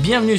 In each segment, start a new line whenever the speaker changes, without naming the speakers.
Bienvenue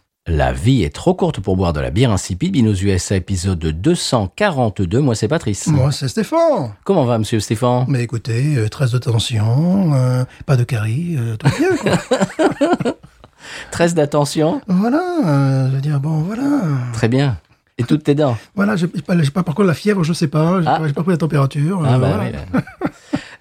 La vie est trop courte pour boire de la bière insipide. Binous USA, épisode 242. Moi, c'est Patrice.
Moi, c'est Stéphane.
Comment va, monsieur Stéphane
Mais écoutez, euh, très de tension, euh, pas de caries, euh, tout bien, quoi.
13 d'attention.
voilà, euh, je veux dire, bon, voilà.
Très bien. Et toutes tes dents.
Voilà, j'ai j'ai pas, j'ai pas par contre la fièvre, je sais pas, j'ai
Ah.
pas, j'ai pas pris la température.
Ah
euh,
bah
voilà.
oui, bah.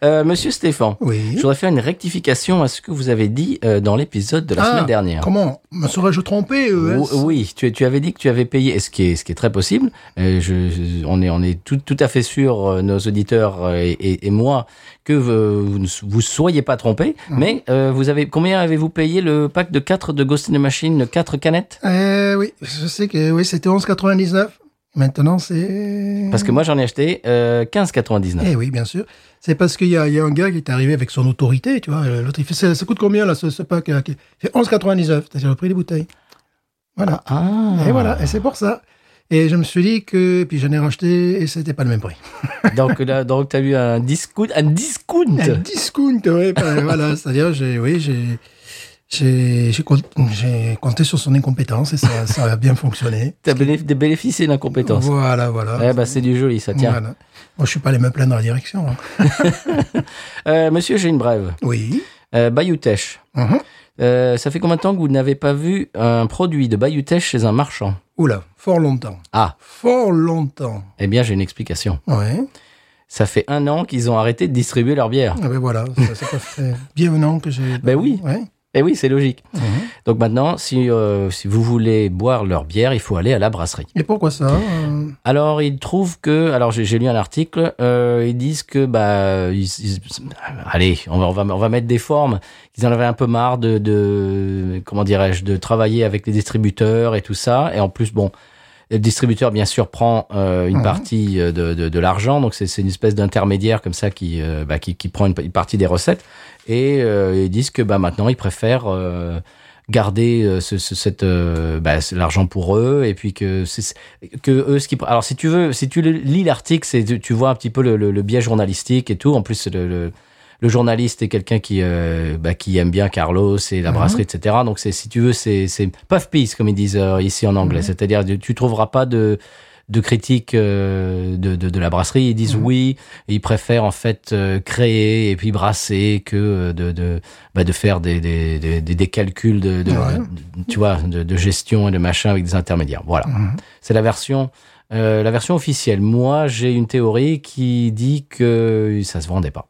Euh, Monsieur Stéphane,
Oui.
je voudrais faire une rectification à ce que vous avez dit euh, dans l'épisode de la
Ah,
semaine dernière.
Comment Me serais-je trompé, E ES
Ou- Oui, tu, tu avais dit que tu avais payé, et ce qui est, ce qui est très possible. euh, je, je- on est, on est tout, tout à fait sûr, euh, nos auditeurs euh, et, et- et moi, que vous, vous ne vous soyez pas trompés. Mais euh, vous avez combien avez-vous payé le pack de 4 de Ghost in the Machine, 4 canettes
Eh oui, je sais que oui, c'était 11,99. Maintenant, c'est...
Parce que moi, j'en ai acheté euh, 15,99.
Eh oui, bien sûr. C'est parce qu'il y, a il y a un gars qui est arrivé avec son autorité, tu vois. Euh, L'autre, il fait, ça, ça coûte combien, là, ce, ce pack là, qui- Il fait 11,99, c'est-à-dire le prix des bouteilles. Voilà.
Ah.
Et voilà, et c'est pour ça. Et je me suis dit que, puis j'en ai racheté, et c'était pas le même prix.
Donc là, donc t'as eu un discount, un discount.
Un discount, ouais, ben, voilà. C'est-à-dire, j'ai, oui, j'ai, j'ai, j'ai, compté, j'ai compté sur son incompétence, et ça, ça a bien fonctionné.
T'as béné- des bénéficié d'incompétence.
Voilà, voilà.
Eh ben, c'est du joli, ça tient.
Voilà. Moi, je suis pas allé me plaindre dans la direction. hein.
Euh, monsieur, j'ai une brève.
Oui.
Euh, Bayoutech.
Mhm.
Euh, ça fait combien de temps que vous n'avez pas vu un produit de Bayoutech chez un marchand
Oula, fort longtemps.
Ah,
Fort longtemps.
eh bien, j'ai une explication.
Ouais.
Ça fait un an qu'ils ont arrêté de distribuer leur bière.
Ah ben voilà, ça, ça peut faire bienvenant que j'ai.
Ben oui.
Ouais.
Eh oui, c'est logique.
Mhm.
Donc maintenant, si, euh, si vous voulez boire leur bière, il faut aller à la brasserie.
Et pourquoi ça euh,
Alors, ils trouvent que, alors j'ai j'ai lu un article, euh, ils disent que, bah, ils- ils- allez, on va, on va, on va mettre des formes. Ils en avaient un peu marre de, de comment dirais-je, de travailler avec les distributeurs et tout ça. Et en plus, bon, le distributeur bien sûr prend euh, une
Mhm.
partie euh, de, de, de l'argent, donc c'est c'est une espèce d'intermédiaire comme ça qui, euh, bah, qui, qui prend une, une partie des recettes. Et euh, ils disent que, bah, maintenant, ils préfèrent. euh, garder euh, ce, ce- cette euh, bah, c'est l'argent pour eux et puis que c'est- que eux ce qui alors si tu veux si tu le- lis l'article c'est tu tu vois un petit peu le, le- le biais journalistique et tout en plus le, le, le journaliste est quelqu'un qui euh, bah, qui aime bien Carlos et la
Mhm.
brasserie etc donc c'est si tu veux c'est c'est puff piece comme ils disent euh, ici en anglais
Mhm.
c'est-à-dire tu- tu trouveras pas de de critiques euh, de, de, de la brasserie, ils disent
Mhm.
oui, ils préfèrent en fait euh, créer et puis brasser que euh, de, de, bah, de faire des, des, des, des- des calculs de, de-
Ouais.
de- tu vois, de, de gestion et de machin avec des intermédiaires. Voilà.
mhm.
C'est la version, euh, la version officielle. Moi, j'ai une théorie qui dit que ça se vendait pas.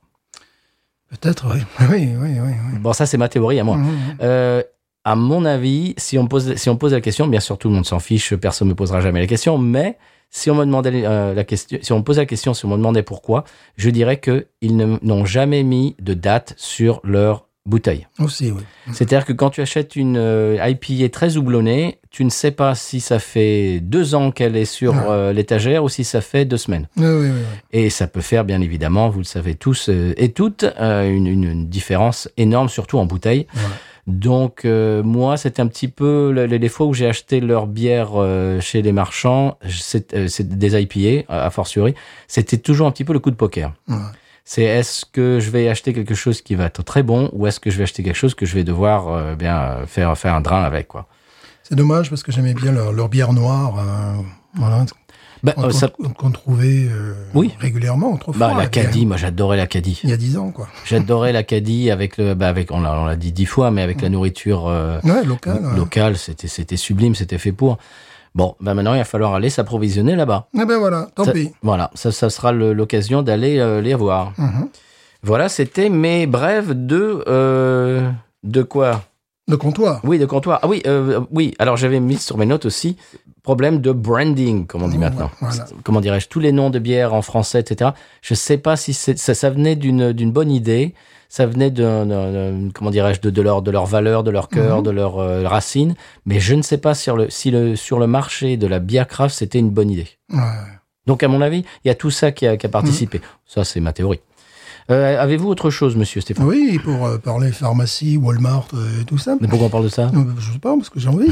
Peut-être, oui. Oui, oui, oui. oui.
Bon, ça, c'est ma théorie à moi.
Mhm.
Euh, à mon avis, si on, me pose, si on me pose la question, bien sûr, tout le monde s'en fiche, personne ne me posera jamais la question, mais si on me demandait euh, la question, si on me posait la question, si on me demandait pourquoi, je dirais que ils ne- n'ont jamais mis de date sur leur bouteille.
Aussi, oui.
C'est-à-dire que quand tu achètes une euh, IPA très houblonnée, tu ne sais pas si ça fait deux ans qu'elle est sur
Ouais.
euh, l'étagère ou si ça fait deux semaines.
Oui, oui, oui. oui.
Et ça peut faire, bien évidemment, vous le savez tous euh, et toutes, euh, une, une- une différence énorme, surtout en bouteille.
Ouais.
Donc, euh, moi, c'était un petit peu le- les, les fois où j'ai acheté leur bière euh, chez les marchands, c'est euh, c'est des IPA, à fortiori, c'était toujours un petit peu le coup de poker.
Ouais.
C'est est-ce que je vais acheter quelque chose qui va être très bon ou est-ce que je vais acheter quelque chose que je vais devoir euh, bien euh, faire, faire un drain avec, quoi.
C'est dommage parce que j'aimais bien leur, leur bière noire. euh, voilà.
Bah,
Qu'on
euh, ça-
qu'on trouvait euh,
Oui.
régulièrement, autrefois.
bah, la
bien,
Cadie, moi, j'adorais la Cadie.
Il y a dix ans, quoi.
J'adorais l'Acadie avec le, bah avec, on l'a, on l'a dit dix fois, mais avec la nourriture euh,
Ouais, local. ouais.
locale, c'était, c'était sublime, c'était fait pour. Bon, bah maintenant il va falloir aller s'approvisionner là-bas.
Eh ben voilà, tant
Ça-
pis.
Voilà, ça, ça sera le- l'occasion d'aller euh, les voir.
Mhm.
Voilà, c'était mes brèves de euh, de quoi
Le comptoir.
Oui, de comptoir. Ah oui, euh, oui. Alors j'avais mis sur mes notes aussi problème de branding, comme on dit
Ouais,
maintenant.
voilà.
C'est- Comment dirais-je Tous les noms de bières en français, etc. Je sais pas si c'est- ça, ça venait d'une d'une bonne idée. Ça venait d'un- d'un d'un- comment dirais-je de, de leur de leur valeur, de leur cœur,
Mhm.
de leur euh, racine. Mais je ne sais pas sur le si le sur le marché de la bière craft c'était une bonne idée.
Ouais.
Donc à mon avis, il y a tout ça qui a, qui a participé.
Mhm.
Ça c'est ma théorie. Euh, Avez-vous autre chose, Monsieur Stéphane
Oui, pour euh, parler pharmacie, Walmart euh, et tout ça.
Mais Pourquoi on parle de ça
Non, mais Je sais pas, parce que j'ai envie.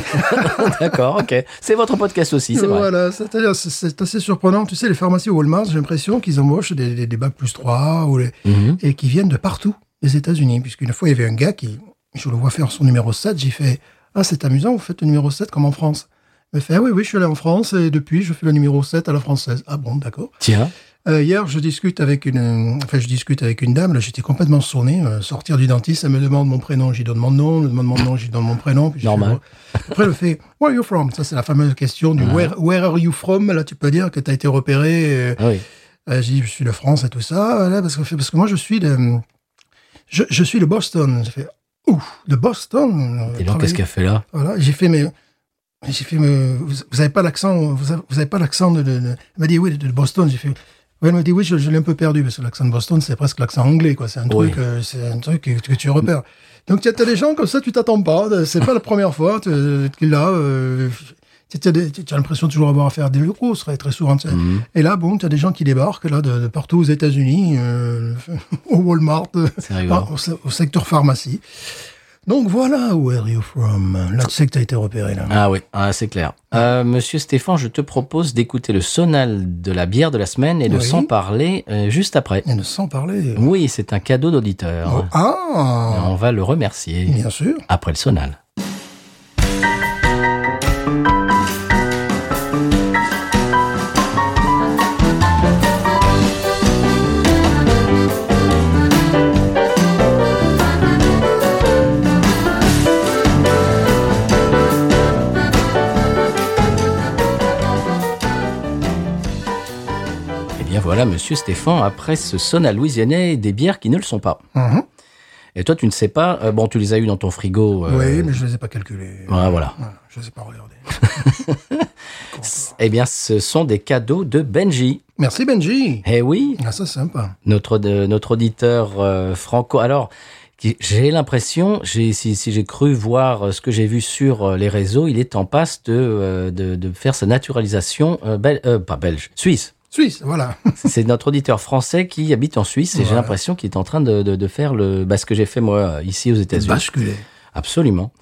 D'accord, ok. C'est votre podcast aussi, c'est vrai.
Voilà, c'est-à-dire, c'est- c'est assez surprenant. Tu sais, les pharmacies Walmart, j'ai l'impression qu'ils embauchent des, des, des bacs plus 3 ou les-
Mhm.
et qui viennent de partout, des États-Unis. Puisqu'une fois, il y avait un gars qui, je le vois faire son numéro 7, j'ai fait Ah, c'est amusant, vous faites le numéro 7 comme en France. Il m'a fait Ah oui, oui, je suis allé en France et depuis, je fais le numéro 7 à la française. Ah bon, d'accord.
Tiens.
Euh, hier, je discute avec une, euh, enfin, je discute avec une dame. Là, j'étais complètement sonné. euh, sortir du dentiste, elle me demande mon prénom, j'y donne mon nom, elle me demande mon nom, j'y donne mon prénom. Puis je
Normal.
fais, oh. Après, elle fait Where are you from Ça, c'est la fameuse question du where, where are you from Là, tu peux dire que tu as été repéré. euh,
Ah oui.
euh, j'ai dit, je suis de France et tout ça. Voilà, parce que parce que moi, je suis de, je, je suis de Boston. J'ai fait ouf, de Boston. euh,
Et donc,
travailler-
qu'est-ce qu'elle fait là
voilà, j'ai fait mes. J'ai fait mes- Vous, vous avez pas l'accent. Vous, avez- vous avez pas l'accent de, de- de- Elle m'a dit oui de, de Boston. J'ai fait. ouais, elle m'a dit oui, je, je l'ai un peu perdu parce que l'accent de Boston c'est presque l'accent anglais quoi. C'est un
Oui.
truc, euh, c'est un truc que, que tu repères. Donc tu as des gens comme ça, tu t'attends pas. euh, C'est pas la première fois tu- que là. euh, tu- tu as des- tu tu as l'impression de toujours avoir affaire à des locaux, très, très souvent. tu sais.
Mhm.
Et là, bon, tu as des gens qui débarquent là de, de partout aux États-Unis, euh, au Walmart, euh,
C'est rigolo.
au, se- au secteur pharmacie. Donc voilà, where are you from Là, tu sais que t'as été repéré, là.
Ah oui, ah, c'est clair. Euh, Monsieur Stéphane, je te propose d'écouter le sonal de la bière de la semaine et de
Oui.
s'en parler euh, juste après.
Et ne sans parler.
Oui, c'est un cadeau d'auditeur.
Oh,
Et
Ah
On va le remercier
Bien sûr.
après le sonal. Eh bien voilà, monsieur Stéphane, après ce sonal louisianais des bières qui ne le sont pas.
Mhm.
Et toi, tu ne sais pas, euh, bon, tu les as eu dans ton frigo. euh,
Oui, mais je les ai pas calculés.
Ouais, voilà.
Voilà, je les ai pas regardés.
Eh bien, ce sont des cadeaux de Benji.
Merci, Benji.
Eh oui,
Ah, ça, c'est sympa.
notre, de- notre auditeur euh, franco. Alors, qui- j'ai l'impression, j'ai- si, si j'ai cru voir euh, ce que j'ai vu sur euh, les réseaux, il est en passe de, euh, de, de faire sa naturalisation, euh, bel- euh, pas belge, suisse.
Suisse, voilà.
C'est notre auditeur français qui habite en Suisse et j'ai
Voilà.
l'impression qu'il est en train de, de, de faire le, bah, ce que j'ai fait moi ici aux États-Unis.
Basculé.
Absolument.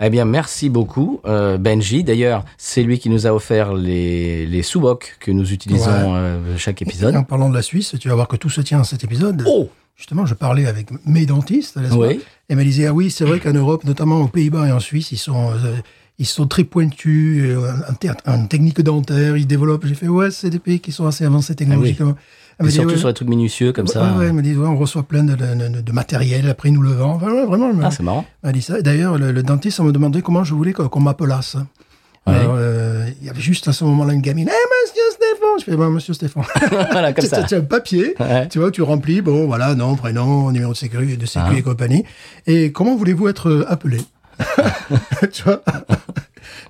Eh bien, merci beaucoup, euh, Benji. D'ailleurs, c'est lui qui nous a offert les, les sous-bocs que nous utilisons euh, chaque
Et
épisode.
en parlant de la Suisse, tu vas voir que tout se tient à cet épisode.
Oh
Justement, je parlais avec mes dentistes, la semaine
Oui,
Et elle me disait, ah oui, c'est vrai qu'en Europe, notamment aux Pays-Bas et en Suisse, ils sont, euh, ils sont très pointus euh, en, ter- en technique dentaire, ils développent. J'ai fait, ouais, c'est des pays qui sont assez avancés technologiquement.
Ah et
Elle me dit,
surtout
Ah, ouais,
sur les trucs minutieux comme ça. euh.
ouais, ouais, elle me dit, ouais, on reçoit plein de, de- de- de matériel, après ils nous le vend. Enfin, ouais, vraiment, elle me-
Ah, c'est marrant.
elle dit ça. Et D'ailleurs, le, le dentiste, on me demandait comment je voulais qu'on qu'on m'appelasse. Alors, euh, il y avait juste à ce moment-là une gamine, Eh, monsieur Stéphane Je fais, Ouais, monsieur Stéphane.
voilà, comme
Tu-
ça.
Tu as un papier,
Ouais.
tu vois, tu remplis, bon, voilà, nom, prénom, numéro de sécu, de
Ah.
sécu et compagnie. Et comment voulez-vous être euh, appelé Tu vois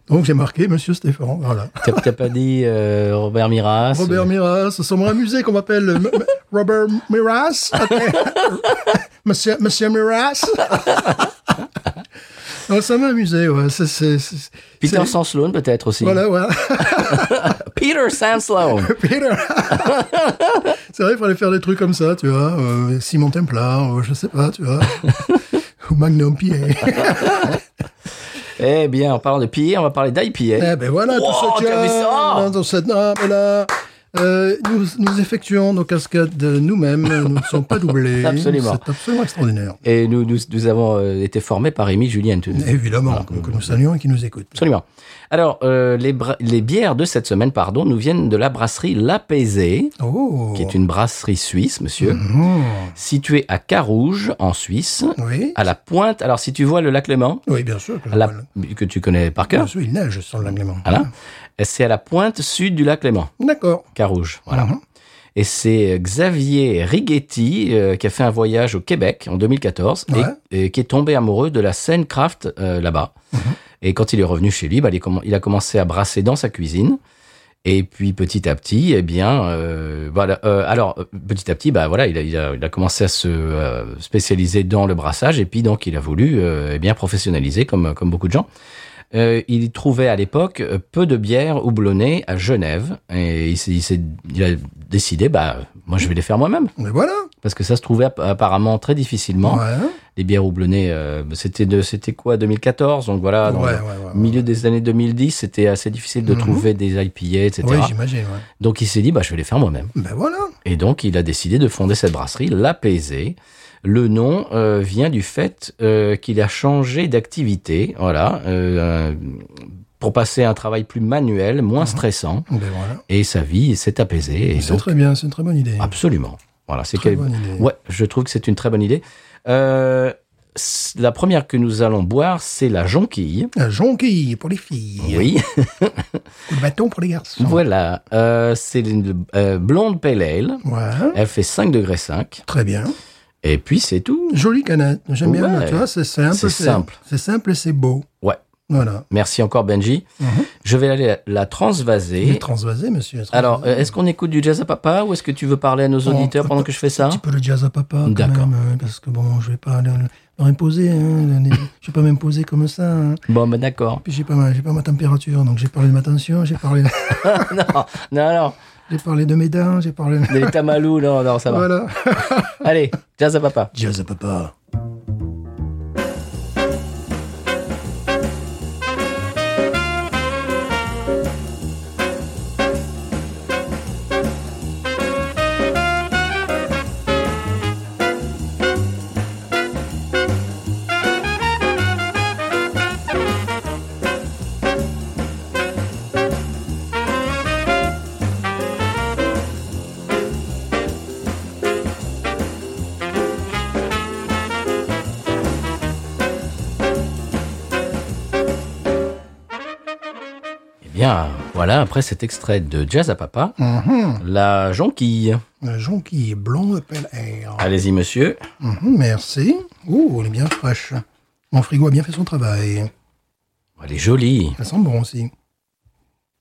Donc j'ai marqué Monsieur Stéphane, voilà.
T'as t'as pas dit euh, Robert Miras euh,
Robert Miras, ça m'aurait amusé qu'on m'appelle euh, M- M- Robert Miras. ok. Monsieur, Monsieur Miras. Non, ça m'a amusé, ouais. c'est- c'est- c'est-
Peter
c'est-
Sansloon peut-être aussi.
Voilà, voilà.
Peter Sansloon
Peter. c'est vrai, il fallait faire des trucs comme ça, tu vois. euh, Simon Templar, euh, je sais pas, tu vois. Ou Magnum PA.
Eh bien, en parlant de PA, on va parler d'IPA.
eh ben voilà,
Wow,
tout se
t'as vu ça
tient dans cette et là. euh, nous, nous effectuons nos cascades nous-mêmes, nous ne sommes pas doublés.
Absolument.
C'est absolument extraordinaire.
Et nous, nous, nous avons euh, été formés par Émile Julien. tu-
Évidemment, que que nous saluons et qui nous écoutent.
Absolument. Alors, euh, les, bra- les bières de cette semaine, pardon, nous viennent de la brasserie L'Apaisé,
Oh
qui est une brasserie suisse, monsieur,
Mmh.
située à Carouge, en Suisse,
Oui.
à la pointe. Alors, si tu vois le lac Léman,
Oui, bien sûr. Que je
à la- Ah
vois le-
que tu connais par
Bien
cœur,
sûr, il neige sur l'anglement.
voilà, c'est à la pointe sud du lac Léman,
D'accord.
Carouge. Voilà.
Mhm.
Et c'est euh, Xavier Righetti euh, qui a fait un voyage au Québec en 2014 et-
Ouais.
et, qui est tombé amoureux de la scène craft euh, là-bas. Et quand il est revenu chez lui, bah, il, est comm- il a commencé à brasser dans sa cuisine. Et puis petit à petit, eh bien, euh, voilà. euh, alors euh, petit à petit, bah voilà, il a, il a- il a commencé à se euh, spécialiser dans le brassage. Et puis donc, il a voulu, euh, eh bien, professionnaliser comme comme beaucoup de gens. Euh, il trouvait à l'époque euh, peu de bières houblonnées à Genève et il, s'est- il s'est- il a décidé, bah, moi je vais les faire moi-même
Mais voilà.
parce que ça se trouvait app- apparemment très difficilement.
Ouais, hein.
Les bières houblonnées, euh, c'était de, c'était quoi, 2014, Ah, donc voilà, dans
ouais,
le
ouais, ouais, ouais.
milieu des années 2010, c'était assez difficile de
Mhm.
trouver des IPA, etc.
Oui, j'imagine. ouais.
donc il s'est dit, bah, je vais les faire moi-même.
Ben voilà.
Et donc, il a décidé de fonder cette brasserie, l'Apaisé. Le nom euh, vient du fait euh, qu'il a changé d'activité, voilà, euh, pour passer à un travail plus manuel, moins stressant,
Ben voilà.
et sa vie s'est apaisée. Et
C'est
donc,
très bien, c'est une très bonne idée.
absolument. Voilà, c'est
Très
quel-
bonne idée.
Ouais, je trouve que c'est une très bonne idée. Euh, c- la première que nous allons boire, c'est la jonquille.
Un jonquille pour les filles.
Oui,
Coup de bâton pour les garçons.
voilà. Euh, c'est une euh, blonde pale ale.
Ouais. hein.
Elle fait 5 degrés
Très bien.
Et puis, c'est tout.
Jolie canette. J'aime bien.
Ouais.
Tu vois, c'est simple.
C'est simple.
C'est simple et c'est beau.
Ouais.
Voilà.
Merci encore Benji.
Mhm.
Je vais aller la, la transvaser.
Il est transvasé, monsieur. transvasé.
Alors, euh, est-ce qu'on écoute du jazz à papa ou est-ce que tu veux parler à nos
Bon,
auditeurs
un
pendant
peu-
que je fais ça
Oh. Un petit peu le jazz à papa, quand
D'accord.
même, hein, parce que bon, je vais pas le- le- leur imposer, hein, le- je vais pas m'imposer comme ça. hein.
Bon, ben d'accord.
Puis j'ai pas ma, j'ai pas ma température, donc j'ai parlé de ma tension, j'ai parlé,
Ah, non, non, non,
j'ai parlé de mes dents, j'ai parlé.
des tamalous, non, non, ça va.
Voilà.
Allez, jazz à papa.
Jazz à papa.
Eh bien, voilà, après cet extrait de jazz à papa,
Mhm.
la jonquille.
Un jonquille blond appelle air.
Allez-y, monsieur.
Mhm, merci. Ouh, elle est bien fraîche. Mon frigo a bien fait son travail.
Elle est jolie.
Elle sent bon aussi.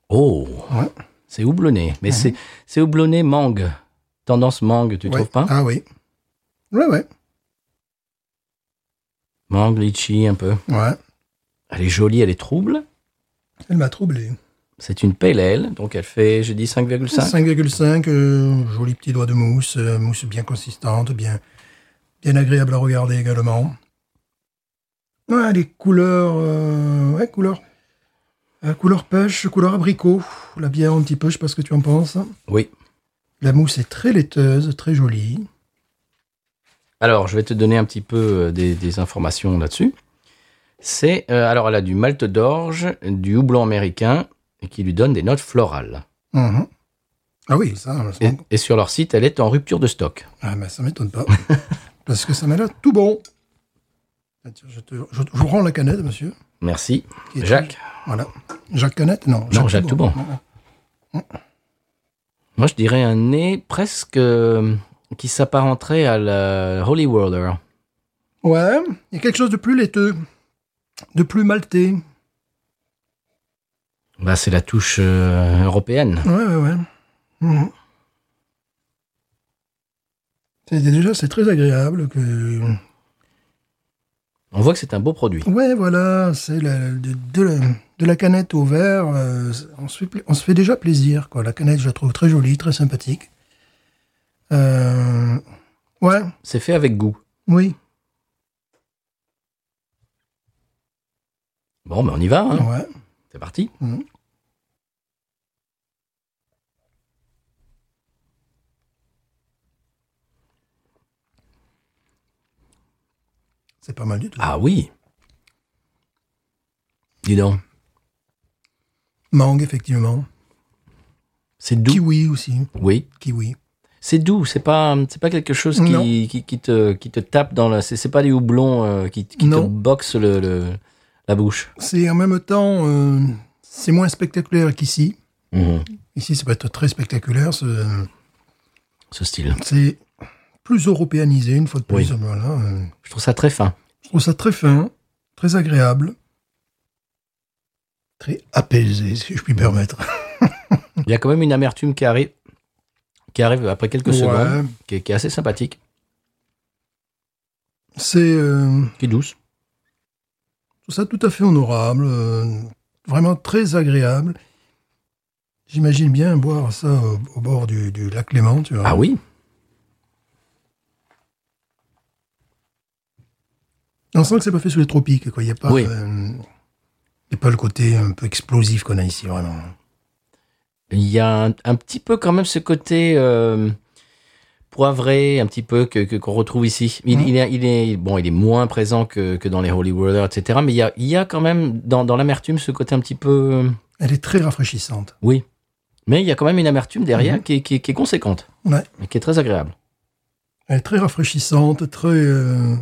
Oh,
Ouais.
c'est houblonné. Mais c'est, c'est houblonné mangue. Tendance mangue, tu
Mhm. Ouais.
trouves pas
Ah oui. Ouais, ouais.
Mangue, litchi, un peu.
Ouais.
Elle est jolie, elle est trouble.
Elle m'a troublé.
C'est une pale ale, donc elle fait, j'ai dit 5,5.
5,5, euh, joli petit doigt de mousse, euh, mousse bien consistante, bien, bien agréable à regarder également. Ouais, les couleurs, euh, ouais, couleurs, euh, couleur pêche, couleur abricot, la bière un petit peu, je sais pas ce que tu en penses.
Oui.
La mousse est très laiteuse, très jolie.
Alors, je vais te donner un petit peu euh, des, des informations là-dessus. C'est, euh, alors, elle a du malt d'orge, du houblon américain, et qui lui donne des notes florales.
Mhm. Ah oui, ça, ça
Et,
m'en-
et sur leur site, elle est en rupture de stock.
ah, ben, ça m'étonne pas, parce que ça m'a l'air tout bon. Attends, Je, te- je- je vous rends la canette, monsieur.
Merci.
qui est-
Jacques,
Voilà. Jacques Canette Non,
Jacques
Toubon.
moi, je dirais un nez presque euh, qui s'apparenterait à la Holy Roller.
Ouais, il y a quelque chose de plus laiteux, de plus maltais.
Bah, c'est la touche euh, européenne.
Ouais, ouais, ouais. Mhm. C'est déjà, c'est très agréable que.
On voit que c'est un beau produit.
Ouais, voilà, c'est la- de, de la, de la canette au verre. euh, on, se fait, pla- on se fait déjà plaisir, quoi. La canette, je la trouve très jolie, très sympathique. Euh, ouais,
C'est fait avec goût.
oui.
Bon, bah, on y va. hein.
Ouais.
C'est parti.
Mhm. C'est pas mal du tout.
Ah oui. Dis donc,
Mangue, effectivement.
c'est doux.
Kiwi aussi.
Oui,
Kiwi.
C'est doux, c'est pas c'est pas quelque chose
Non.
qui, qui, qui te qui te tape dans la c'est c'est pas des houblons euh, qui, qui te
Non.
boxent le, le- la bouche.
C'est en même temps, euh, Mhm. c'est moins spectaculaire qu'ici. Ici, ça peut être très spectaculaire. ce-
ce style.
C'est plus européanisé, une fois de plus. Voilà, euh,
Je trouve ça très fin.
Je trouve ça très fin, très agréable, très apaisé, si je puis me permettre.
Il y a quand même une amertume qui arrive, qui arrive après quelques secondes,
Ouais,
qui est, qui est assez sympathique,
c'est euh,
qui est douce.
tout ça tout à fait honorable, euh, vraiment très agréable. J'imagine bien boire ça au, au bord du, du lac Léman, tu vois.
Ah oui
On sent que c'est pas fait sous les tropiques, quoi. Il n'y a pas,
Oui.
euh, il y a pas le côté un peu explosif qu'on a ici, vraiment.
Il y a un, un petit peu quand même ce côté euh, poivré, un petit peu que que- qu'on retrouve ici. Il,
Mhm.
il, est, il est bon, il est moins présent que, que dans les Holy Roller, etc. Mais il y a, il y a quand même dans, dans l'amertume ce côté un petit peu.
Elle est très rafraîchissante.
Oui, mais il y a quand même une amertume derrière
Mhm.
qui, est, qui est- qui est conséquente,
Ouais.
mais qui est très agréable.
Elle est très rafraîchissante, très euh,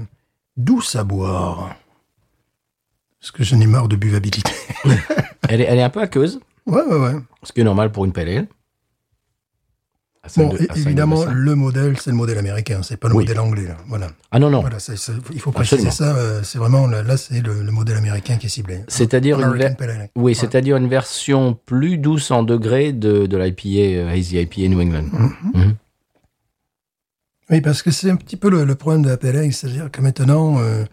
douce à boire. Parce que je n'ai marre de buvabilité.
Elle est, elle est un peu aqueuse,
ouais, ouais, ouais.
ce qui est normal pour une Ah, pale ale. À cinq
Bon,
de-
et-
à cinq
évidemment,
degrés de ça.
le modèle, c'est le modèle américain, c'est pas le
Oui.
modèle anglais. là. Voilà,
Ah non non.
voilà c'est- c'est- il faut
Absolument.
préciser ça. euh, c'est vraiment là, là, c'est le, le modèle américain qui est ciblé.
C'est-à-dire une, ver-
American Pale Ale.
Oui, c'est-à-dire une version plus douce en degrés de, de l'IPA, euh, Hazy IPA New England.
Oui, parce que c'est un petit peu le, le problème de la Pale Ale, c'est-à-dire que maintenant, euh,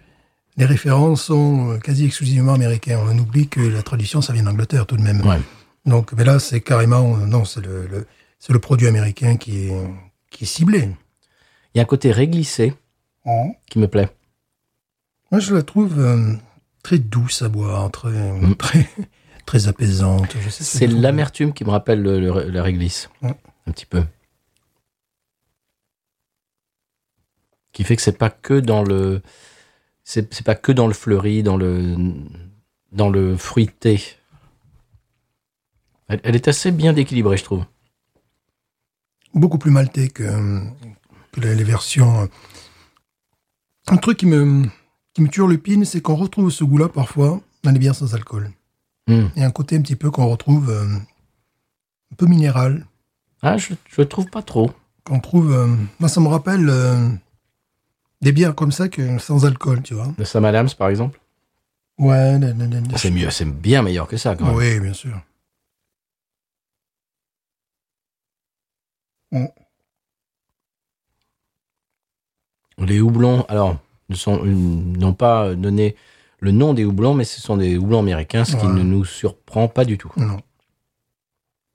les références sont euh, quasi exclusivement américaines. On oublie que la tradition, ça vient d'Angleterre tout de même.
Ouais.
Donc, mais là, c'est carrément, euh, non, c'est le, le- c'est le produit américain qui est, qui est ciblé.
Il y a un côté réglissé qui me plaît.
Moi, je la trouve euh, très douce à boire, très, très, très apaisante. Je sais ce que
Mmh. C'est
je trouve.
l'amertume qui me rappelle le- le- la réglisse.
Ouais.
Un petit peu. Qui fait que c'est pas que dans le. C'est c'est pas que dans le fleuri, dans le. Dans le fruité. Elle, elle est assez bien déséquilibrée, je trouve.
beaucoup plus maltais que, euh, que les, les versions. euh. Un truc qui me, qui me turlupine, c'est qu'on retrouve ce goût-là parfois dans les bières sans alcool.
Hmm.
Il y a un côté un petit peu qu'on retrouve euh, un peu minéral,
Ah, je, je trouve pas trop.
qu'on trouve. euh, moi, ça me rappelle euh, des bières comme ça que sans alcool, tu vois.
Le Sam Adams, par exemple.
Ouais, des- des- des- des-
C'est mieux, c'est bien meilleur que ça, quand même.
oui, bien sûr.
Les houblons, alors, ne sont- euh, n'ont pas donné le nom des houblons, mais ce sont des houblons américains, ce qui
Ouais.
ne nous surprend pas du tout.
Non.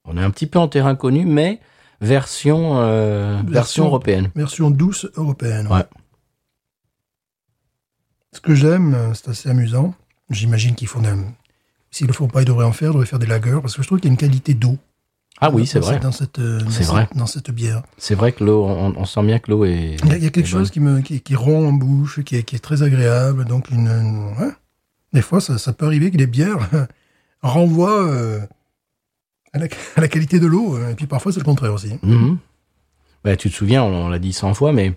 On est un petit peu en terrain connu, mais version, euh, version, européenne.
Version douce européenne.
Ouais.
Ce que j'aime, euh, c'est assez amusant. J'imagine qu'ils font des- S'ils le font pas, ils devraient en faire, ils devraient faire des lagers, parce que je trouve qu'il y a une qualité d'eau.
Ah oui,
dans
c'est
cette-
vrai.
Dans cette, euh, dans
C'est
cette-
vrai.
dans cette bière.
C'est vrai que l'eau, on, on sent bien que l'eau est.
Il y a, il y a quelque
est
chose qui, me, qui, qui rond en bouche, qui est, qui est très agréable. Donc, une, une- ouais. des fois, ça, ça peut arriver que les bières renvoient euh, à, la, à la qualité de l'eau. Et puis parfois, c'est le contraire aussi.
bonne. Mhm. Bah, tu te souviens, on, on l'a dit 100 fois, mais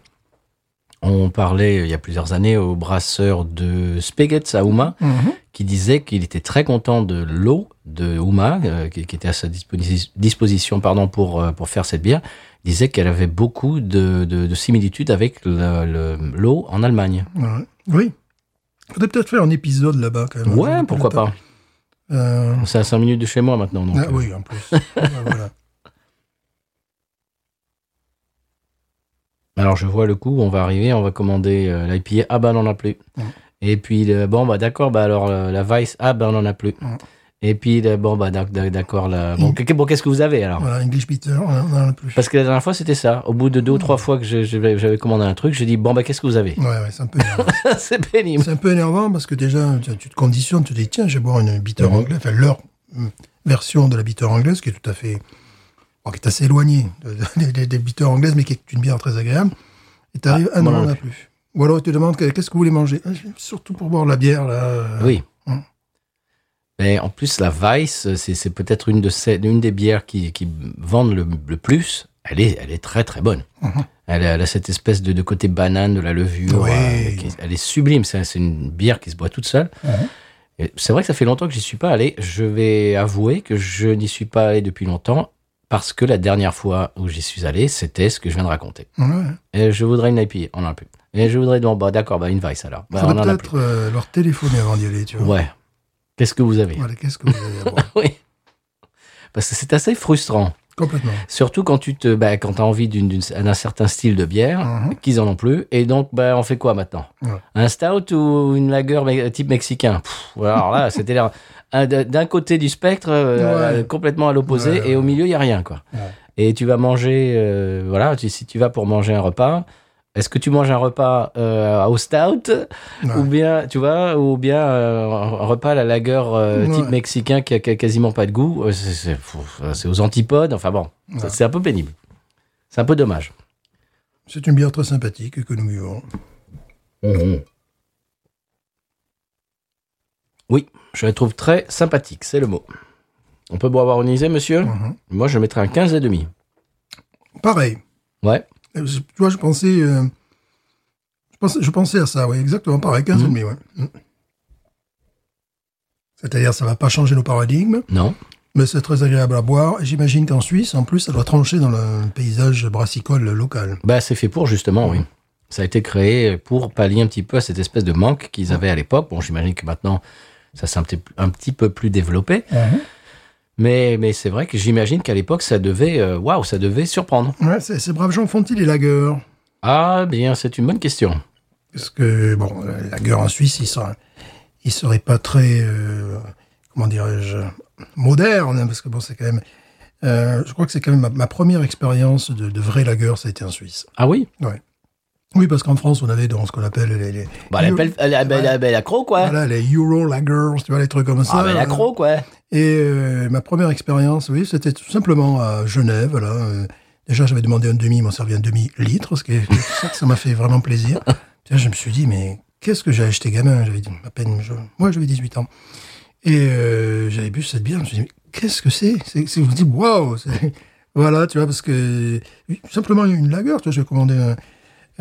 on parlait il y a plusieurs années au brasseur de Spaghetts à Houma, qui disait qu'il était très content de l'eau de Houma, euh, qui, qui était à sa disposi- disposition pardon, pour, euh, pour faire cette bière, Il disait qu'elle avait beaucoup de, de, de similitudes avec le- le- l'eau en Allemagne.
Ouais. Oui. Faudrait peut-être faire un épisode là-bas quand même.
ouais, pourquoi pas.
Euh,
C'est à 5 minutes de chez moi maintenant. Donc,
ah
euh,
oui, en plus. Ouais, voilà.
Alors je vois le coup, on va arriver, on va commander euh, l'IPA, ah ben on n'en a plus.
Ouais.
Et puis euh, bon bah d'accord, bah alors euh, la Vice, ah ben on n'en a plus.
Ouais.
Et puis euh, bon bah d'ac- d'ac- d'accord, la... bon,
Il-
qu'est- bon, qu'est-ce que vous avez alors
Voilà, English Peter, on en a plus.
Parce que la dernière fois, c'était ça. Au bout de deux ou trois fois que je- je- j'avais commandé un truc, j'ai dit Bon, bah, qu'est-ce que vous avez
Ouais, ouais, c'est un peu énervant.
C'est pénible.
c'est un peu énervant parce que déjà, tu, tu te conditionnes, tu te dis, tiens, je vais boire une bitter
Mhm.
anglaise, enfin leur euh, version de la bitter anglaise qui est tout à fait. bon, qui est assez éloignée de- de- des, des, bitters anglaises, mais qui est une bière très agréable. Et t'arrives, ah, non,
moi,
on
non
en a plus. Ou alors, ils te demandent, qu'est-ce que vous voulez manger Ah, Surtout pour boire la bière, là.
Oui.
Hum.
Mais en plus, la Weiss, c'est c'est peut-être une, de ces- une des bières qui, qui vendent le, le plus. Elle est, elle est très très bonne.
Mhm.
Elle, a, elle a cette espèce de, de côté banane de la levure.
Oui.
euh, qui- elle est sublime. C'est c'est une bière qui se boit toute seule.
Mhm.
Et C'est vrai que ça fait longtemps que j'y suis pas allé. Je vais avouer que je n'y suis pas allé depuis longtemps parce que la dernière fois où j'y suis allé, c'était ce que je viens de raconter.
Ouais.
Et je voudrais une IPA, on n'en a plus. Et je voudrais donc, bah d'accord, bah une Vice alors. Bah, on
Faudrait
en a plus.
peut-être euh, leur téléphoner avant d'y aller, tu vois.
Ouais. Qu'est-ce que vous avez
Voilà, qu'est-ce que vous allez avoir
Oui. Parce que c'est assez frustrant.
Complètement.
Surtout quand tu te, bah, quand as envie d'une- d'une- d'un certain style de bière,
Mhm.
qu'ils en ont plus. Et donc, bah, on fait quoi maintenant
Ouais.
Un stout ou une lager me- type mexicain Pff, Alors là, c'était l'air- un- d'un côté du spectre, euh,
Ouais.
complètement à l'opposé,
Ouais, ouais,
et au
ouais.
milieu, il n'y a rien. quoi.
Ouais.
Et tu vas manger, euh, voilà, tu- si tu vas pour manger un repas, est-ce que tu manges un repas euh, au stout
Ouais.
ou bien, tu vois, ou bien euh, un repas à la lager euh,
Ouais.
type mexicain qui a, qui a quasiment pas de goût, euh, c'est- c'est pff, c'est aux antipodes. Enfin bon,
Ouais.
c'est un peu pénible. C'est un peu dommage.
C'est une bière très sympathique que nous buvons.
Mhm. Oui, je la trouve très sympathique, c'est le mot. On peut boire baronisé, monsieur
Mhm.
Moi, je mettrais un 15 et demi.
Pareil.
Ouais.
Euh, je- Tu vois, je pensais, euh, je pensais, je pensais à ça, oui, exactement, pareil, 15 et demi, ouais. Mm. C'est-à-dire, ça va pas changer nos paradigmes,
Non
mais c'est très agréable à boire. Et J'imagine qu'en Suisse, en plus, ça doit trancher dans le paysage brassicole local.
Bah, c'est fait pour, justement, oui. Ça a été créé pour pallier un petit peu à cette espèce de manque qu'ils avaient à l'époque. Bon, j'imagine que maintenant, ça s'est un petit, un petit peu plus développé. Mais, mais c'est vrai que j'imagine qu'à l'époque, ça devait, euh, waouh, ça devait surprendre.
Ouais, ces, ces braves gens font-ils les lagers
Ah, bien, c'est une bonne question.
Parce que, bon, euh, la guerre en Suisse, ils seraient, ils seraient pas très, euh, comment dirais-je, modernes, parce que bon, c'est quand même, euh, je crois que c'est quand même ma, ma première expérience de, de vraie lager, ça a été en Suisse.
Ah oui
Ouais. Oui, parce qu'en France, on avait dans ce qu'on appelle les, les,
Bah, la
Euro-
belle, la belle, la belle accro, quoi.
voilà, les Euro Lagers, tu vois, les trucs comme ça.
Ah, ben, l'accro, quoi.
Et euh, ma première expérience, oui, c'était tout simplement à Genève. Voilà. Euh, déjà, j'avais demandé un demi, ils m'ont servi un demi-litre, ce qui est, ça, ça m'a fait vraiment plaisir. Puis là, je me suis dit, mais qu'est-ce que j'ai acheté gamin J'avais dit, à peine, je- moi j'avais 18 ans. Et euh, j'avais bu cette bière, je me suis dit, mais qu'est-ce que c'est C'est- c'est- Je me dis, waouh c'est- Voilà, tu vois, parce que tout simplement une lager, tu vois, j'ai commandé un-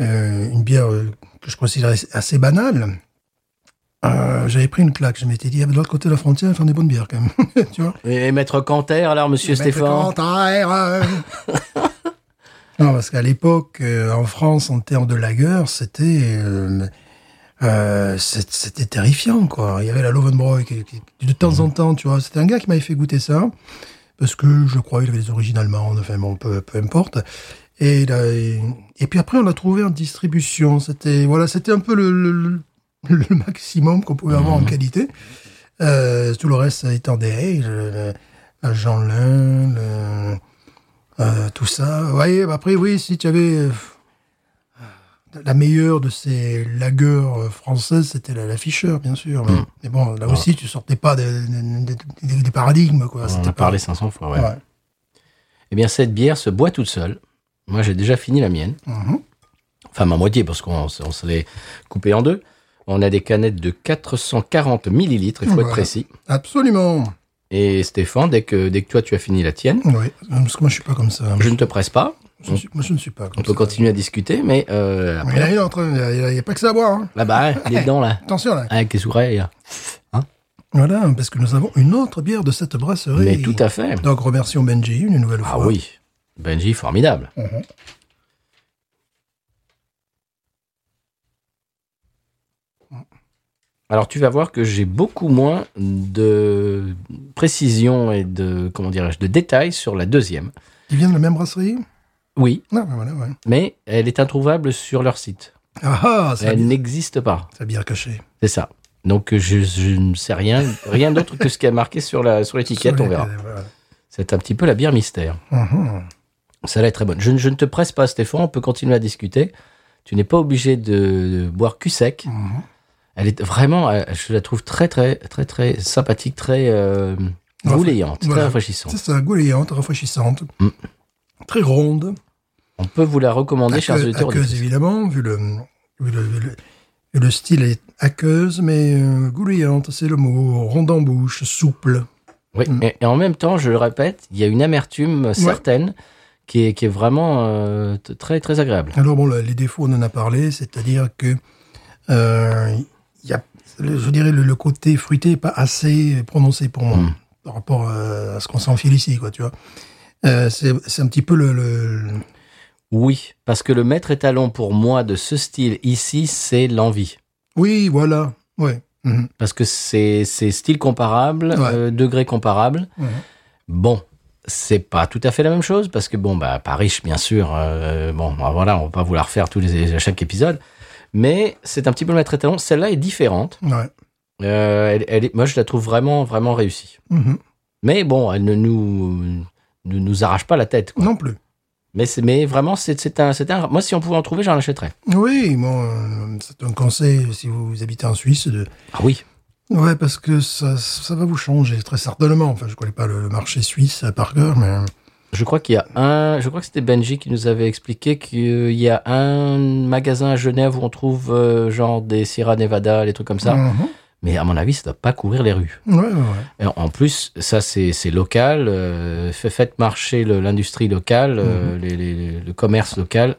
euh, une bière euh, que je considérais assez banale. Euh, j'avais pris une claque, je m'étais dit, ah, ben, de l'autre côté de la frontière, ils font des bonnes bières quand même. tu vois
Et Maître Canter, alors, monsieur
Mettre
Stéphane
contraire, euh. non, parce qu'à l'époque, euh, en France, en termes de lager, c'était euh, euh, c'est- c'était terrifiant, quoi. Il y avait la Lovenbroy qui, qui- qui, de temps en temps, tu vois, c'était un gars qui m'avait fait goûter ça parce que je crois il avait des origines allemandes, enfin bon, peu, peu importe. Et, il a- et, et puis après, on l'a trouvé en distribution. C'était voilà, c'était un peu le, le- le- le maximum qu'on pouvait avoir en
Mhm.
qualité. Euh, tout le reste étant des Hales, le- le Jean Lin, le- euh, tout ça. Ouais, bah après, oui, si tu avais euh, la meilleure de ces lagueurs euh, françaises, c'était la, la Fischer, bien sûr.
Mhm.
Mais, mais bon, là aussi, tu sortais pas des, des- des- des paradigmes, quoi.
On en
C'était
a
pas-
parlé 500 fois, ouais.
Ouais.
Eh bien, cette bière se boit toute seule. Moi, j'ai déjà fini la mienne.
Mhm.
Enfin, ma moitié, parce qu'on on se l'est coupée en deux. On a des canettes de 440 millilitres, il faut être
Voilà.
précis.
Absolument.
Et Stéphane, dès que, dès que toi, tu as fini la tienne,
Oui, parce que moi je suis pas comme ça.
je ne te presse pas.
Je suis- moi je ne suis pas comme
On peut
ça.
continuer à discuter, mais euh,
Il
après,
y en a une autre, il n'y a, pas que ça à boire. hein.
là bah, il est dedans, là. hein,
Attention là.
Avec les oreilles.
Voilà, parce que nous avons une autre bière de cette brasserie.
Mais tout à fait.
Donc remercions Benji une nouvelle fois.
Ah oui. Benji, formidable.
Mhm.
Alors, tu vas voir que j'ai beaucoup moins de précision et de, comment dirais-je, de détails sur la deuxième.
Ils viennent de la même brasserie
Oui,
Non, mais voilà, ouais.
mais elle est introuvable sur leur site.
Ah ah, c'est la
Elle
bière-
n'existe pas.
c'est la bière cachée.
C'est ça. Donc je, je ne sais rien, rien d'autre que ce qui est marqué sur la sur l'étiquette,
Sur
on
les-
verra.
voilà.
C'est un petit peu la bière mystère.
Mhm.
Celle-là est très bonne. Je, ne- je ne te presse pas, Stéphane, on peut continuer à discuter. Tu n'es pas obligé de, boire cul sec.
Mhm.
Elle est vraiment, euh, je la trouve très très très très sympathique, très euh,
Rafra-
gouléante, très
voilà.
rafraîchissante.
C'est ça, gouléante, rafraîchissante.
Mm.
Très ronde.
On peut vous la recommander, chers
Aqueuse-
auditeurs.
aqueuse,
auditrices.
évidemment, vu le, vu le, vu le- vu le style est aqueuse, mais euh, gouléante, c'est le mot, ronde en bouche, souple.
Oui.
Mm.
Et, et en même temps, je le répète, il y a une amertume certaine qui est qui est vraiment euh, t- très très agréable.
Alors bon, le- les défauts, on en a parlé, c'est-à-dire que euh, il y a, le- je dirais, le, le côté fruité n'est pas assez prononcé pour moi, euh,
Mm.
par rapport à, à ce qu'on s'en file ici, quoi, tu vois. Euh, c'est c'est un petit peu le, le- le-
Oui, parce que le maître étalon pour moi de ce style ici, c'est l'envie.
Oui, voilà. Ouais. Mhm.
Parce que c'est c'est style comparable,
Ouais.
euh, degré comparable.
Ouais.
Bon, c'est pas tout à fait la même chose parce que bon, bah pas riche bien sûr. euh, bon, bah, voilà, on va pas vouloir faire tous les à chaque épisode, mais c'est un petit peu le maître étalon. Celle-là est différente.
Ouais.
Euh, elle, elle est- moi, je la trouve vraiment vraiment réussie.
Mhm.
Mais bon, elle ne nous ne nous arrache pas la tête. Quoi.
Non plus.
Mais c'est mais vraiment c'est c'est un c'est un. Moi, si on pouvait en trouver, j'en achèterais.
Oui, bon, euh, c'est un conseil si vous habitez en Suisse de.
Ah oui.
Ouais, parce que ça, ça va vous changer très certainement. Enfin, je connais pas le, le marché suisse à par cœur, mais
Je crois qu'il y a un, je crois que c'était Benji qui nous avait expliqué qu'il y a un magasin à Genève où on trouve euh, genre des Sierra Nevada, les trucs comme ça.
Mhm.
Mais à mon avis, ça doit pas courir les rues.
Ouais, ouais, ouais.
Et en plus, ça c'est c'est local, euh, fait- faites marcher le- l'industrie locale, euh, les- les- le commerce local.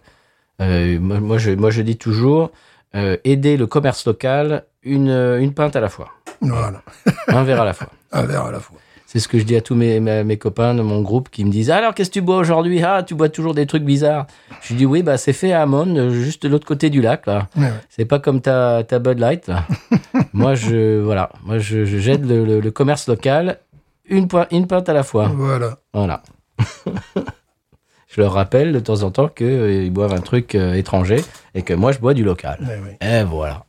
Euh, moi, moi, je, moi je dis toujours, euh, aider le commerce local, une, une pinte à la fois,
Voilà.
un verre à la fois.
Un verre à la fois.
C'est ce que je dis à tous mes, mes, mes copains de mon groupe qui me disent Alors, qu'est-ce que tu bois aujourd'hui Ah, tu bois toujours des trucs bizarres. Je dis Oui, bah, c'est fait à Amon, euh, juste de l'autre côté du lac, là.
Ouais, ouais.
C'est pas comme ta, ta Bud Light, là. Moi, je, voilà, moi, je, je j'aide le, le- le commerce local, une, poi- une pinte à la fois.
Voilà.
Voilà. je leur rappelle de temps en temps qu'ils boivent un truc euh, étranger et que moi, je bois du local.
Ouais, ouais.
Et voilà.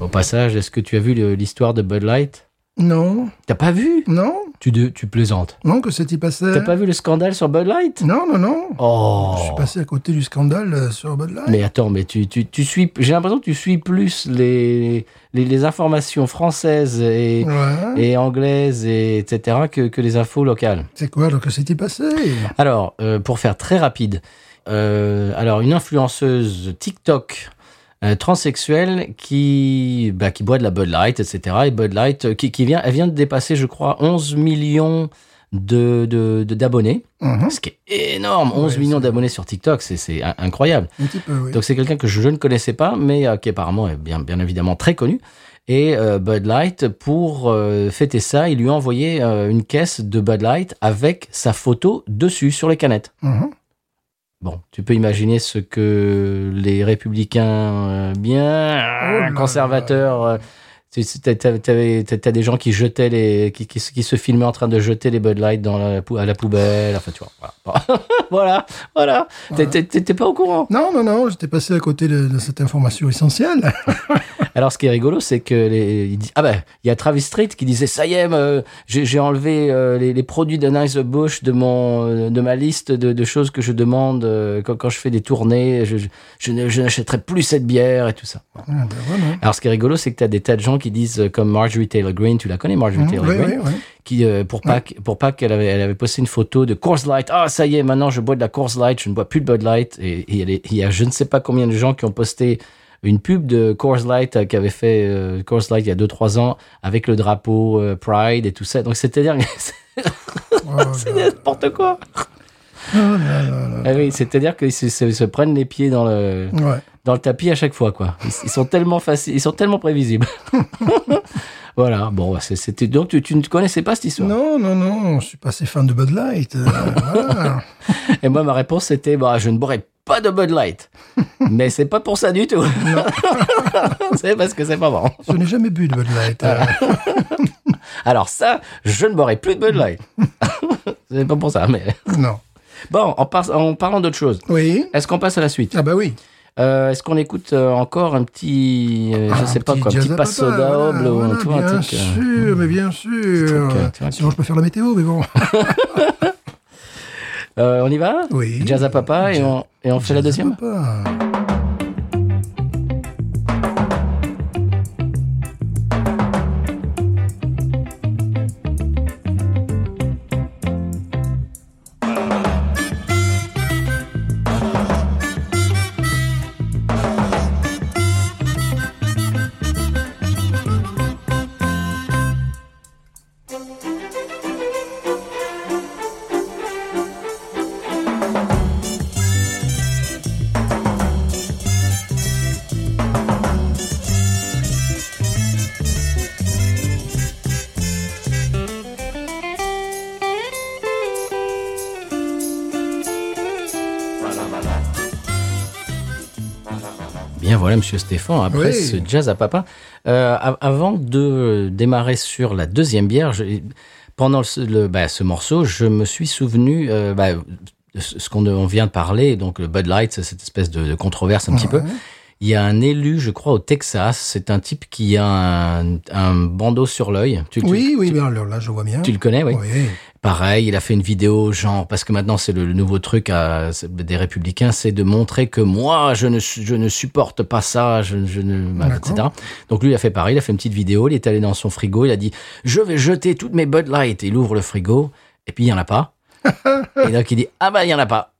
Au passage, est-ce que tu as vu le- l'histoire de Bud Light
Non,
T'as pas vu
non,
tu, de- tu plaisantes.
non, que s'est-il passé
T'as pas vu le scandale sur Bud Light
Non, non, non.
Oh
Je suis passé à côté du scandale euh, sur Bud Light.
Mais attends, mais tu, tu, tu suis. J'ai l'impression que tu suis plus les, les, les informations françaises et,
Ouais.
et anglaises, et etc., que, que les infos locales.
C'est quoi, alors que s'est-il passé
Alors, euh, pour faire très rapide, euh, alors une influenceuse TikTok euh, transsexuelle qui, bah, qui boit de la Bud Light, etc. Et Bud Light, euh, qui, qui vient, elle vient de dépasser, je crois, 11 millions d'abonnés. De, de, d'abonnés.
Mhm.
Ce qui est énorme, 11
Ouais,
millions
c'est-
d'abonnés sur TikTok, c'est- c'est in- incroyable.
Un petit peu, oui.
Donc c'est quelqu'un que je, je ne connaissais pas, mais euh, qui apparemment est bien, bien évidemment très connu. Et euh, Bud Light, pour euh, fêter ça, il lui a envoyé euh, une caisse de Bud Light avec sa photo dessus sur les canettes.
Mhm.
Bon, tu peux imaginer ce que les républicains euh, bien
Oh
euh,
là
conservateurs...
là.
euh, tu- tu- T'as t'as- t'avais- t'as- t'as des gens qui jetaient les, qui, qui, se- qui se filmaient en train de jeter les Bud Light dans la, pou- à la poubelle. Enfin, tu vois. Voilà, voilà. voilà.
Hein?
T'es- t'es- T'étais pas au courant.
Non, non, non, j'étais passé à côté de, de cette information essentielle.
Alors, ce qui est rigolo, c'est que les, il dit- ah ben, il y a Travis Street qui disait ça y est, me- j'ai j'ai enlevé euh, les, les produits de Nice Bush de mon, euh, de ma liste de, de choses que je demande euh, quand, quand je fais des tournées. Je, je, je ne- je n'achèterai plus cette bière et tout ça.
Ah, ben voilà.
Alors, ce qui est rigolo, c'est que tu as des tas de gens qui disent, euh, comme Marjorie Taylor Greene, tu la connais, Marjorie
Mhm.
Taylor
Oui,
Greene,
oui, oui.
qui euh, pour Pâques, pour Pâques, elle avait, elle avait posté une photo de Coors Light. Ah, ça y est, maintenant je bois de la Coors Light, je ne bois plus de Bud Light. Et, et elle est- il y a je ne sais pas combien de gens qui ont posté une pub de Coors Light euh, qu'avait fait euh, Coors Light il y a 2-3 ans avec le drapeau euh, Pride et tout ça. Donc c'est-à-dire que c'est
Oh là là.
n'importe quoi.
Oh là là là.
Ah oui, c'est-à-dire qu'ils se, se- se prennent les pieds dans le,
Ouais.
dans le tapis à chaque fois, quoi. Ils, ils sont tellement faciles, ils sont tellement prévisibles. voilà, bon, c'est- c'était. Donc tu, tu ne connaissais pas cette histoire
Non, non, non, je suis pas assez fan de Bud Light. euh, voilà.
Et moi, ma réponse, c'était bah, je ne boirai pas de Bud Light. Mais c'est pas pour ça du tout. c'est parce que c'est pas bon.
Je n'ai jamais bu de Bud Light. euh.
Alors, ça, je ne boirai plus de Bud Light. c'est pas pour ça, mais.
non.
Bon, en, par- en parlant d'autre chose,
Oui.
est-ce qu'on passe à la suite
Ah bah oui.
Euh, Est-ce qu'on écoute euh, encore un petit. euh, je
Ah, Un
sais pas quoi, un
jazz
petit
à papa,
passo
voilà,
d'Aoble ou un,
voilà,
tu vois, un
Bien
truc, euh,
sûr, mais bien sûr.
truc, euh, tu vois,
Sinon, je peux faire la météo, mais bon.
euh, on y va
Oui.
Jazz à papa et on, et on fait la deuxième
Papa.
Thank
bien voilà, Monsieur Stéphane, après
Oui.
ce jazz à papa. Euh, av- avant de démarrer sur la deuxième bière, je- pendant le, le- bah, ce morceau, je me suis souvenu euh, bah, de ce ce qu'on on vient de parler, donc le Bud Light, cette espèce de, de controverse un petit peu. Il y a un élu, je crois, au Texas. C'est un type qui a un, un bandeau sur l'œil. Tu, tu-
Oui, oui, bien, alors là, je vois bien.
tu le connais, oui.
Oui.
Pareil, il a fait une vidéo genre parce que maintenant c'est le, le nouveau truc à- c'est- des républicains, c'est de montrer que moi je ne su- je ne supporte pas ça, je, je ne bah,
D'accord.
etc. Donc lui il a fait pareil, il a fait une petite vidéo, il est allé dans son frigo, il a dit je vais jeter toutes mes Bud Light, il ouvre le frigo et puis il y en a pas. et donc il dit ah bah il y en a pas.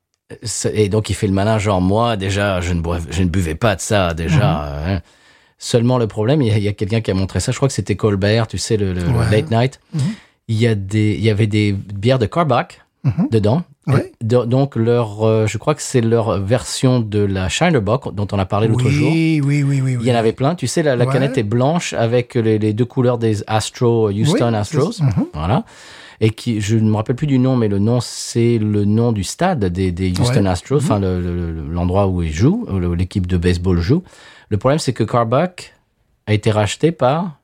C'est- Et donc il fait le malin genre moi déjà je ne bois, je ne buvais pas de ça déjà.
Mhm.
hein. Seulement le problème, il y a, il y a quelqu'un qui a montré ça, je crois que c'était Colbert, tu sais le, le- le
Ouais.
late night il y, a des, il y avait des bières de Carback
Mhm.
dedans.
Ouais.
Et do- donc, leur, euh, je crois que c'est leur version de la Shinerbock dont on a parlé l'autre
oui,
jour.
oui, oui, oui, oui.
Il y en avait plein. Tu sais, la, la
Ouais.
canette est blanche avec les, les deux couleurs des Astro, Houston
Oui,
Astros.
c'est- mhm.
Voilà. Et qui, je ne me rappelle plus du nom, mais le nom, c'est le nom du stade des, des Houston
Ouais. Mhm.
Astros, enfin, le- le- le- l'endroit où ils jouent, où le- l'équipe de baseball joue. Le problème, c'est que Carback a été racheté par.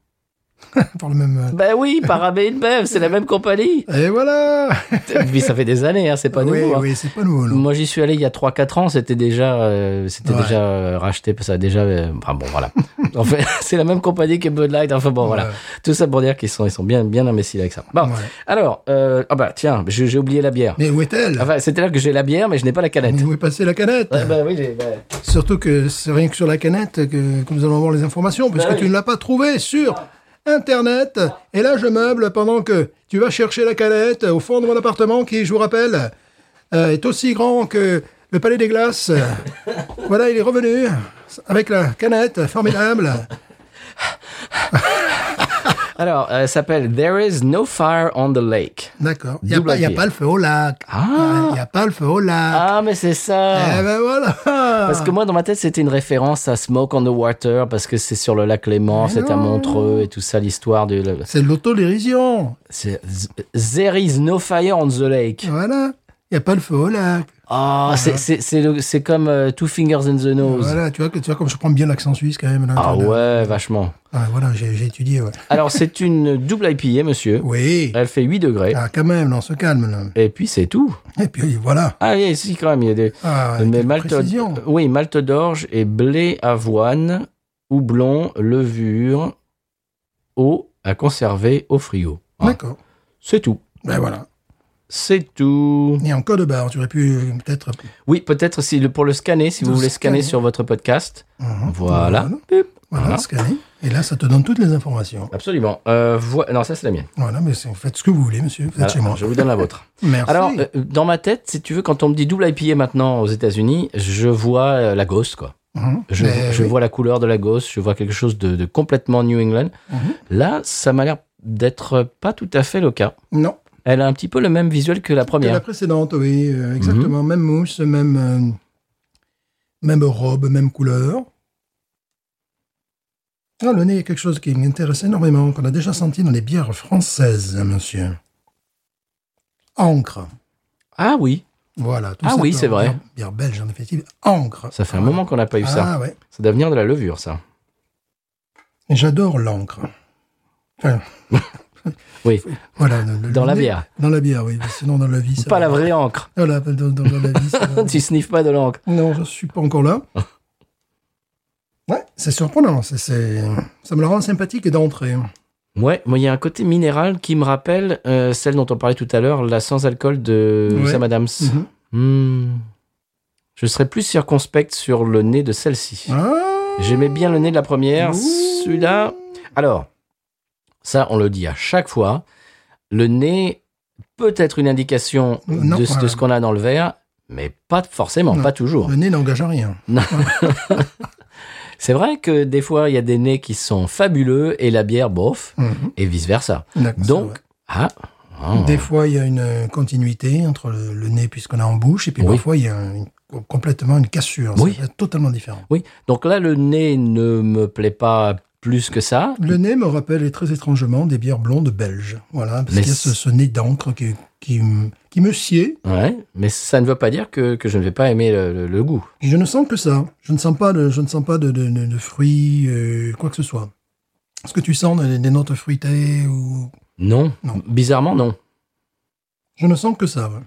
Par le même. euh,
Ben oui, par AB InBev, c'est la même compagnie.
Et voilà
Puis ça fait des années, hein, c'est pas
Oui,
nouveau. hein.
oui, c'est pas nouveau, non.
Moi, j'y suis allé il y a 3-4 ans, c'était déjà, euh, c'était
Ouais.
déjà euh, racheté, ça a déjà. euh, enfin bon, voilà. en fait, c'est la même compagnie que Bud Light. Enfin bon, voilà.
Ouais.
Tout ça pour dire qu'ils sont, ils sont bien, bien imbéciles avec ça. Bon,
Ouais.
alors, euh, ah bah tiens, j'ai j'ai oublié la bière.
Mais où est-elle
Enfin, c'était là que j'ai la bière, mais je n'ai pas la canette.
Mais Où est passée la canette
Ouais, bah oui, j'ai- bah,
Surtout que c'est rien que sur la canette que, que nous allons avoir les informations, puisque
Bah oui.
tu ne l'as pas trouvée sur Internet. Et là, je meuble pendant que tu vas chercher la canette au fond de mon appartement, qui, je vous rappelle, euh, est aussi grand que le Palais des Glaces. voilà, il est revenu avec la canette, formidable.
Alors, euh, elle s'appelle There is no fire on the lake.
D'accord. Il n'y a,
Double
pas- y a
IPA.
pas le feu au lac.
Ah.
Il n'y a pas le feu au lac.
Ah, mais c'est ça.
Eh ben voilà.
Parce que moi, dans ma tête, c'était une référence à Smoke on the Water, parce que c'est sur le lac Léman, c'est à
non.
Montreux et tout ça, l'histoire de. le-
C'est de l'autodérision.
C'est z- There is no fire on the lake.
Voilà. Il n'y a pas le feu au lac.
Ah, c'est- c'est- c'est le- c'est comme euh, Two Fingers in the Nose.
Voilà, tu vois, que- tu vois comme je prends bien l'accent suisse quand même. là,
Ah
tu vois, là.
ouais, vachement.
Ah, voilà, j'ai j'ai étudié, ouais.
Alors, c'est une double IPA, monsieur.
Oui.
Elle fait 8 degrés.
Ah, quand même, on se calme, là.
Et puis, c'est tout.
Et puis, voilà.
Ah oui, si, quand même, il y a des...
Ah,
Mais euh,
quelle
malte...
précision.
Oui, malte d'orge et blé, avoine, houblon, levure, eau à conserver au frigo. Ah,
D'accord.
c'est tout.
Ben voilà.
C'est tout.
Et encore de barre, tu aurais pu euh, peut-être.
Oui, peut-être si le- pour le scanner, si vous
Le
voulez scanner
scanner.
sur votre podcast.
Mhm.
Voilà. Ah.
Voilà,
Pip.
Voilà,
Voilà.
scanner. Et là, ça te donne toutes les informations.
Absolument. Euh, voi- Non, ça c'est la mienne.
Voilà, mais c'est- vous faites ce que vous voulez, monsieur. Vous êtes
Voilà,
chez moi.
Je vous donne la vôtre.
Merci.
Alors, euh, dans ma tête, si tu veux, quand on me dit double IPA maintenant aux États-Unis, je vois euh, la Ghost, quoi.
Mhm.
Je,
Mais
je
oui.
vois la couleur de la Ghost, je vois quelque chose de, de complètement New England.
Mhm.
Là, ça m'a l'air d'être pas tout à fait le cas.
Non.
Elle a un petit peu le même visuel que la
Que la
première. Mhm.
précédente, oui, euh, exactement. Même mousse, même, euh, même robe, même couleur. Ah, le nez est quelque chose qui m'intéresse énormément, qu'on a déjà senti dans les bières françaises, monsieur. Encre.
Ah oui,
Voilà. tout
Ah oui,
simplement.
c'est vrai.
Bière, bière belge, en effet. Encre.
ça fait un moment qu'on n'a pas eu ça.
Ah ouais.
Ça doit venir de la levure, ça.
Et J'adore l'encre. Enfin,
Oui,
voilà. le- le-
Dans
le
la
nez-
bière.
Dans la bière, oui. Sinon, dans la vie, ça.
pas la vraie encre.
Voilà, dans, dans- dans la vie, ça va.
tu sniffes pas de l'encre.
Non, je suis pas encore là. Ouais, c'est surprenant. c'est- c'est- Ça me le rend sympathique d'entrée.
Ouais, moi il y a un côté minéral qui me rappelle euh, celle dont on parlait tout à l'heure, la sans alcool de
Ouais.
Sam Adams.
Mhm.
Hmm. Je serais plus circonspect sur le nez de celle-ci.
Ah,
J'aimais bien le nez de la première, celui-là. Alors, ça, on le dit à chaque fois. Le nez peut être une indication
Non,
de, ce- de
ouais.
ce qu'on a dans le verre, mais pas forcément,
Non.
pas toujours.
le nez n'engage à rien.
C'est vrai que des fois, il y a des nez qui sont fabuleux et la bière, bof,
Mhm.
et vice-versa.
D'accord,
Donc,
c'est
ah, ah.
vrai. Des fois, il y a une euh, continuité entre le, le nez puisqu'on a en bouche, et puis
Oui.
parfois, il y a un- complètement une cassure.
Oui.
C'est totalement différent.
Oui, donc là, le nez ne me plaît pas plus que ça.
Le nez me rappelle très étrangement des bières blondes belges. Voilà, parce
Mais
qu'il y a ce, ce nez d'encre qui, qui, me- qui me sied.
Ouais, mais ça ne veut pas dire que, que je ne vais pas aimer le, le- le goût.
Et je ne sens que ça. Je ne sens pas de, je ne sens pas de, de, de- de fruits, euh, quoi que ce soit. Est-ce que tu sens des, des notes fruitées ou...
Non.
Non.
Bizarrement, non.
Je ne sens que ça. ouais.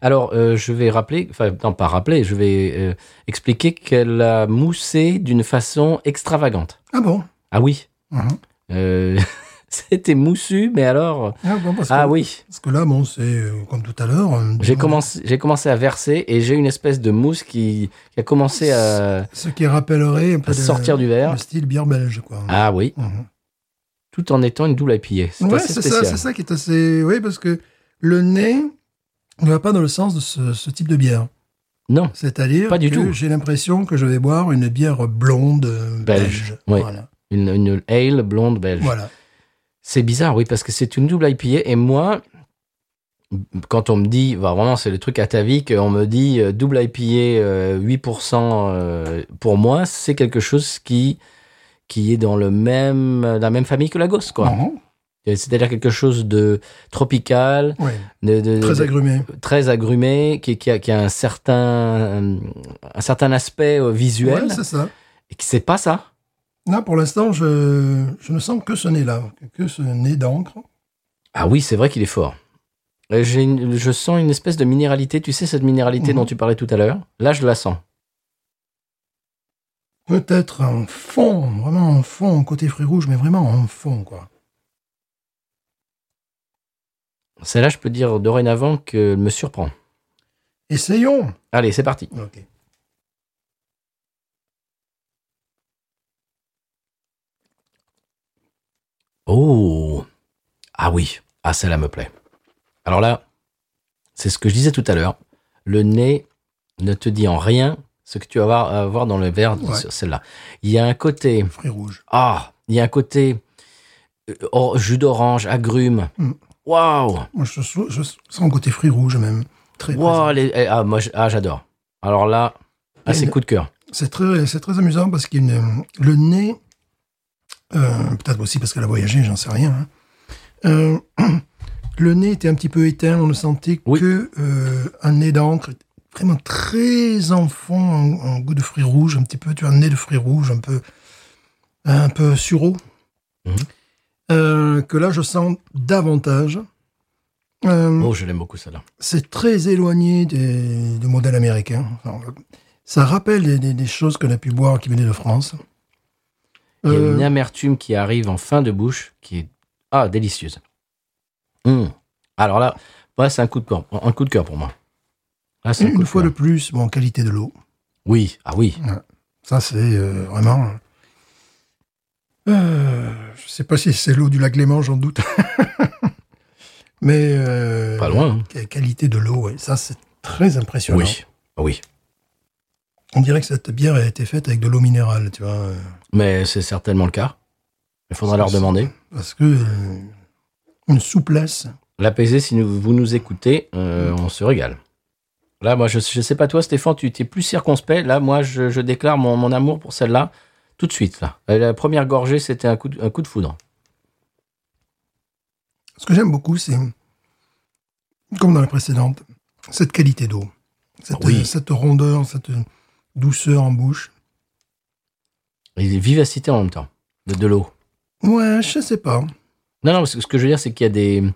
Alors, euh, je vais rappeler, enfin, non, pas rappeler, je vais euh, expliquer qu'elle a moussé d'une façon extravagante.
Ah bon
Ah oui.
Mhm.
Euh, C'était moussu, mais alors.
Ah, bon, parce,
Ah
que,
oui.
parce que là, bon, c'est euh, comme tout à l'heure. euh,
J'ai
bon,
commencé, j'ai commencé à verser et j'ai une espèce de mousse qui, qui a commencé à,
Ce qui rappellerait un peu
à
de-
sortir du
le
verre.
style bière belge, quoi.
Ah oui,
Mhm.
tout en étant une double à piller. C'est
Ouais,
assez
c'est ça,
spécial.
c'est ça qui est assez. Oui, parce que le nez ne va pas dans le sens de ce, ce type de bière.
Non.
C'est-à-dire
Pas du
que
tout.
j'ai l'impression que je vais boire une bière blonde euh,
Belge,
belge.
ouais.
Voilà.
Une, une ale blonde belge.
Voilà.
C'est bizarre, oui, parce que c'est une double IPA. Et moi, quand on me dit, bah, vraiment, c'est le truc atavique, on me dit euh, double IPA euh, 8%, euh, pour moi, c'est quelque chose qui, qui est dans le même, dans la même famille que la gosse, quoi.
Mhm.
Euh, C'est-à-dire quelque chose de tropical,
Ouais.
de, de-
Très
de-
agrumé.
très agrumé, qui, qui a, qui a un, certain, un certain aspect euh, visuel.
Ouais, c'est ça.
et qui c'est pas ça.
Là, pour l'instant, je, je ne sens que ce nez-là, que ce nez d'encre.
Ah oui, c'est vrai qu'il est fort. Euh, j'ai une- je sens une espèce de minéralité. Tu sais, cette minéralité
Mhm.
dont tu parlais tout à l'heure Là, je la sens.
Peut-être un fond, vraiment un fond, côté fruits rouges, mais vraiment un fond, quoi.
Celle-là, je peux dire dorénavant qu'elle me surprend.
Essayons.
Allez, c'est parti.
Ok.
Oh Ah oui, ah celle-là me plaît. Alors là, c'est ce que je disais tout à l'heure. Le nez ne te dit en rien ce que tu vas avoir, avoir dans le verre
Ouais.
sur celle-là. Il y a un côté...
Fruits rouges.
Ah Il y a un côté... euh, or- jus d'orange, agrumes.
Mhm.
Waouh
Moi, je, sou- je sens côté fruits rouges, même. Très présent.
Wow, les- eh, ah, moi, j- ah, j'adore. Alors là, ah,
Et
c'est
le-
coup de cœur.
C'est très, c'est très amusant parce que le nez, euh, peut-être aussi parce qu'elle a voyagé, j'en sais rien. hein. Euh, le nez était un petit peu éteint, on ne sentait
Oui.
que euh, un nez d'encre vraiment très en fond, en, en goût de fruits rouges, un petit peu, tu as un nez de fruits rouges, un peu, un peu sureau.
Mhm.
Euh, que là, je sens davantage. Euh,
Oh, je l'aime beaucoup celle-là.
c'est très éloigné des- du modèle américain. Enfin, ça rappelle des, des- des choses qu'on a pu boire qui venaient de France.
Il y a
Euh,
une amertume qui arrive en fin de bouche qui est ah délicieuse. Hum. Alors là, ouais, c'est un coup de cœur, un coup de cœur pour moi. Là, c'est
une
un coup de
fois
cœur.
de plus, bon, qualité de l'eau.
Oui, ah oui.
Ça, c'est euh, vraiment. Euh, je sais pas si c'est l'eau du lac Léman, j'en doute. Mais. euh,
Pas loin, hein.
qu- Qualité de l'eau, ouais. ça, c'est très impressionnant.
Oui, oui.
On dirait que cette bière a été faite avec de l'eau minérale, tu vois. euh,
Mais c'est certainement le cas. Il faudra
C'est-
leur
c'est-
demander.
Parce que. euh, une souplesse.
L'apaiser, si nous- vous nous écoutez,
Mm.
euh, on se régale. Là, moi, je ne sais pas toi, Stéphane, tu t'es plus circonspect. Là, moi, je, je déclare mon, mon amour pour celle-là tout de suite. Là. Euh, La première gorgée, c'était un coup, de, un coup de foudre.
Ce que j'aime beaucoup, c'est, comme dans la précédente, cette qualité d'eau. Cette,
Oui.
cette rondeur, cette douceur en bouche.
Et vivacité en même temps, de, de l'eau.
Ouais, je sais pas.
Non, non, parce que ce que je veux dire, c'est qu'il y a des...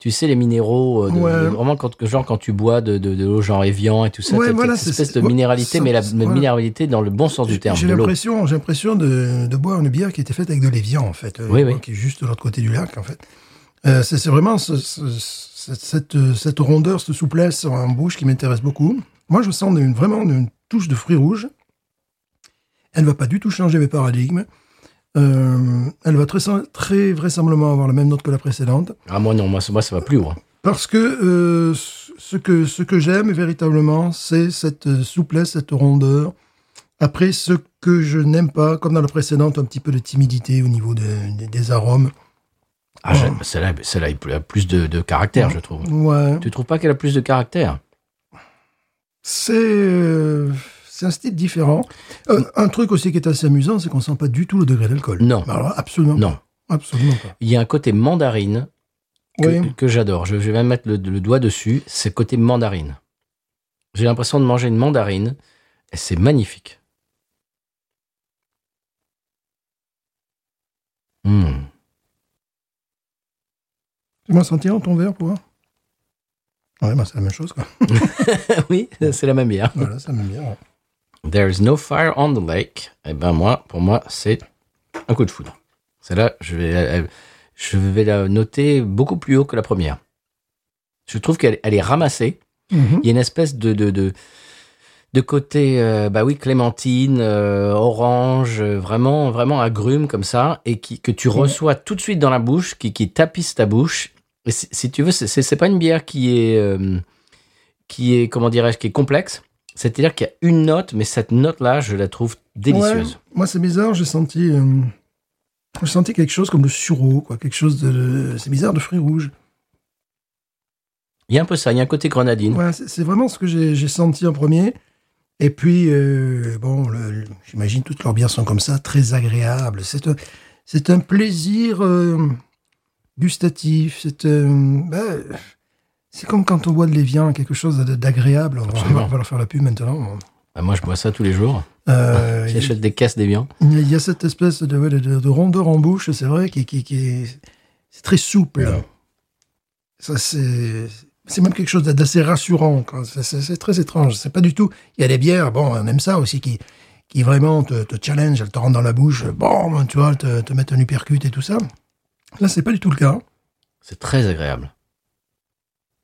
Tu sais, les minéraux, euh, de-
Ouais.
de- vraiment, quand, genre quand tu bois de, de- de l'eau genre Evian et tout ça,
Ouais,
t'as- t'as
voilà,
cette
c'est-
espèce de
c'est-
minéralité,
ça-
mais la
ça-
mais
voilà.
minéralité dans le bon sens du terme,
J'ai
de l'eau.
l'impression, j'ai l'impression de, de boire une bière qui était faite avec de l'évian, en fait. euh,
Oui, oui.
Qui est juste de l'autre côté du lac, en fait. Euh, c'est c'est vraiment ce- ce- ce- cette, cette rondeur, cette souplesse en bouche qui m'intéresse beaucoup. Moi, je sens une- vraiment une touche de fruits rouges. Elle ne va pas du tout changer mes paradigmes. Euh, elle va très, sem- très vraisemblablement avoir la même note que la précédente.
Ah, moi, non, moi, ça- moi ça va plus hein. loin.
Parce que euh, ce que ce que j'aime véritablement, c'est cette euh, souplesse, cette rondeur. Après, ce que je n'aime pas, comme dans la précédente, un petit peu de timidité au niveau de- des- des arômes.
Ah,
Oh.
j'aime- celle-là, celle-là, elle a plus de, de
Mm.
caractère, je trouve.
Ouais,
Tu trouves pas qu'elle a plus de caractère
c'est euh, C'est un style différent. Euh, un truc aussi qui est assez amusant, c'est qu'on sent pas du tout le degré d'alcool.
Non.
Alors, absolument
Non.
pas. Absolument pas.
Il y a un côté mandarine que,
Oui.
que j'adore. Je, je vais même mettre le, le doigt dessus. C'est côté mandarine. J'ai l'impression de manger une mandarine et c'est magnifique. Hmm.
Tu m'as senti dans ton verre pour voir Ouais, bah, c'est la même chose. Quoi.
oui, c'est la même bière.
Voilà, ça m'aime bien. ouais.
There is no fire on the lake. Eh ben moi, pour moi, c'est un coup de foudre. Celle-là, je vais, euh, je vais la noter beaucoup plus haut que la première. Je trouve qu'elle elle est ramassée.
Mhm.
Il y a une espèce de de, de, de côté, euh, bah oui, clémentine, euh, orange, euh, vraiment vraiment agrume comme ça, et qui que
Mhm.
tu reçois tout de suite dans la bouche, qui, qui tapisse ta bouche. Et si, si tu veux, c'est- c'est c'est pas une bière qui est euh, qui est comment dirais-je, qui est complexe. C'est-à-dire qu'il y a une note, mais cette note-là, je la trouve délicieuse.
Ouais, moi, c'est bizarre, j'ai senti, euh, j'ai senti quelque chose comme le sureau, quoi, quelque chose de, c'est bizarre, de fruits rouges.
Il y a un peu ça, il y a un côté grenadine.
Ouais, c'est c'est vraiment ce que j'ai j'ai senti en premier. Et puis, euh, bon, le- le- j'imagine toutes leurs bières sont comme ça, très agréables. C'est un, c'est un plaisir euh, gustatif. C'est euh, ben, c'est comme quand on boit de l'évian, quelque chose de- d'agréable. On va-
Absolument.
On va leur faire la pub maintenant.
Ah, moi, je bois ça tous les jours.
Euh, il y a-
J'achète des caisses d'évian.
il y a- il y a cette espèce de, ouais, de- de- de rondeur en bouche, c'est vrai, qui, qui, qui est, c'est très souple.
Ouais.
Ça, c'est, c'est même quelque chose d'assez rassurant. quoi. C'est, c'est- c'est très étrange. C'est pas du tout. Il y a des bières, bon, on aime ça aussi, qui, qui vraiment te, te challenge, elles te rentrent dans la bouche, bon, tu vois, elles te, te mettent un uppercut et tout ça. Là, c'est pas du tout le cas.
C'est très agréable.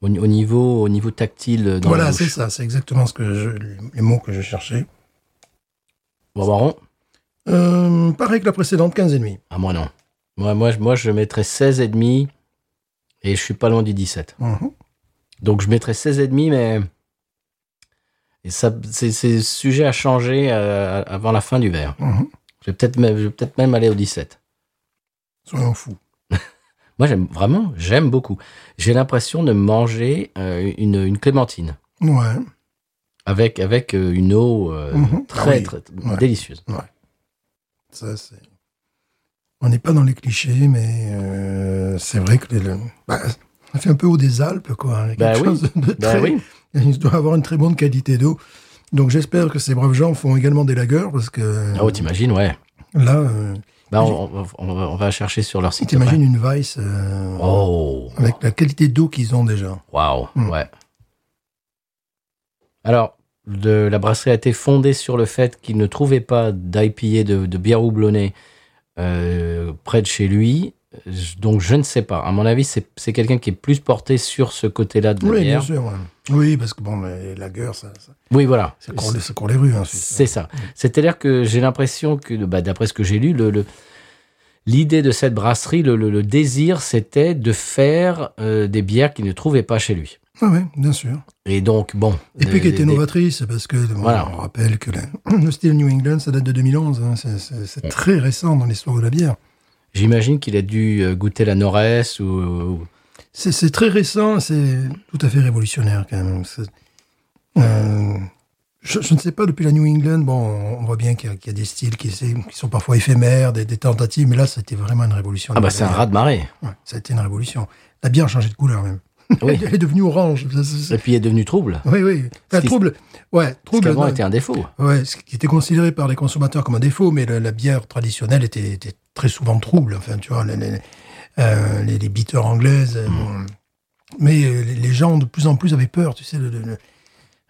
Au, au niveau, au niveau tactile euh, dans la
voilà,
bouche.
c'est ça. C'est exactement ce que je, les mots que je cherchais.
Bon, bah, Baron,
Euh, pareil que la précédente, 15,5.
ah, moi non. Moi, moi, je- moi je mettrais 16,5 et je suis pas loin du 17.
Mhm.
Donc je mettrais 16,5, mais et ça, c'est c'est sujet à changer euh, avant la fin du verre.
Mhm.
Je vais peut-être même, je vais peut-être même aller au 17.
Soyons fous.
Moi, j'aime vraiment, j'aime beaucoup. J'ai l'impression de manger euh, une, une clémentine
Ouais.
avec, avec euh, une eau euh,
Mhm.
très,
Ah oui.
très,
Ouais.
délicieuse.
Ça, c'est. On n'est pas dans les clichés, mais euh, c'est vrai que les- le- bah, ça fait un peu haut des Alpes, quoi. hein,
Bah
quelque
oui.
chose de
Bah
très-
oui.
Il doit avoir une très bonne qualité d'eau. Donc j'espère que ces braves gens font également des lagueurs, parce que
Ah, ouais, t'imagines, ouais.
là, euh,
Bah, on, on- on va- on va chercher sur leur site.
t'imagines une Weiss euh,
après. Oh,
avec la qualité d'eau qu'ils ont déjà.
waouh,
Hmm.
ouais. Alors, le- la brasserie a été fondée sur le fait qu'il ne trouvait pas d'IPA de, de bière houblonnée euh, près de chez lui. Je- Donc, je ne sais pas. À mon avis, c'est c'est quelqu'un qui est plus porté sur ce côté-là de la
Oui, bien
bière.
sûr. ouais. Oui, parce que bon, les lagueurs, ça, ça,
Oui, voilà.
ça court les, ça court les rues hein, ensuite.
C'est ça. C'est-à-dire que j'ai l'impression que, bah, d'après ce que j'ai lu, le- le- l'idée de cette brasserie, le, le- le désir, c'était de faire euh, des bières qu'il ne trouvait pas chez lui.
Ah oui, bien sûr.
Et donc, bon.
Et puis
des-
qui était
des-
novatrice, parce que bon,
Voilà.
on rappelle que le, le style New England, ça date de 2011. hein, c'est- c'est c'est très récent dans l'histoire de la bière.
J'imagine qu'il a dû euh, goûter la Norès ou. ou-
C'est- C'est très récent, c'est tout à fait révolutionnaire quand même. C'est- euh, je, je ne sais pas, depuis la New England, bon, on on voit bien qu'il y, a- qu'il y a des styles qui, c'est- qui sont parfois éphémères, des, des tentatives, mais là, c'était vraiment une révolution.
Ah, bah, c'est un rat de marée.
Ouais, ça a été une révolution. La bière a changé de couleur même.
Oui.
Elle est devenue orange. Ça, c'est-
Et
c'est-
puis, il est devenu trouble.
Oui, oui.
Ce
Enfin,
qui-
trouble.
Ce
Ouais,
qui
trouble.
avant
non.
était un défaut.
Ouais, ce qui était considéré par les consommateurs comme un défaut, mais le- la bière traditionnelle était, était très souvent trouble. Enfin, tu vois, les, les, euh, les- les bitters anglaises.
Mm.
euh, bon. Mais euh, les- les gens de plus en plus avaient peur, tu sais, de, de, de-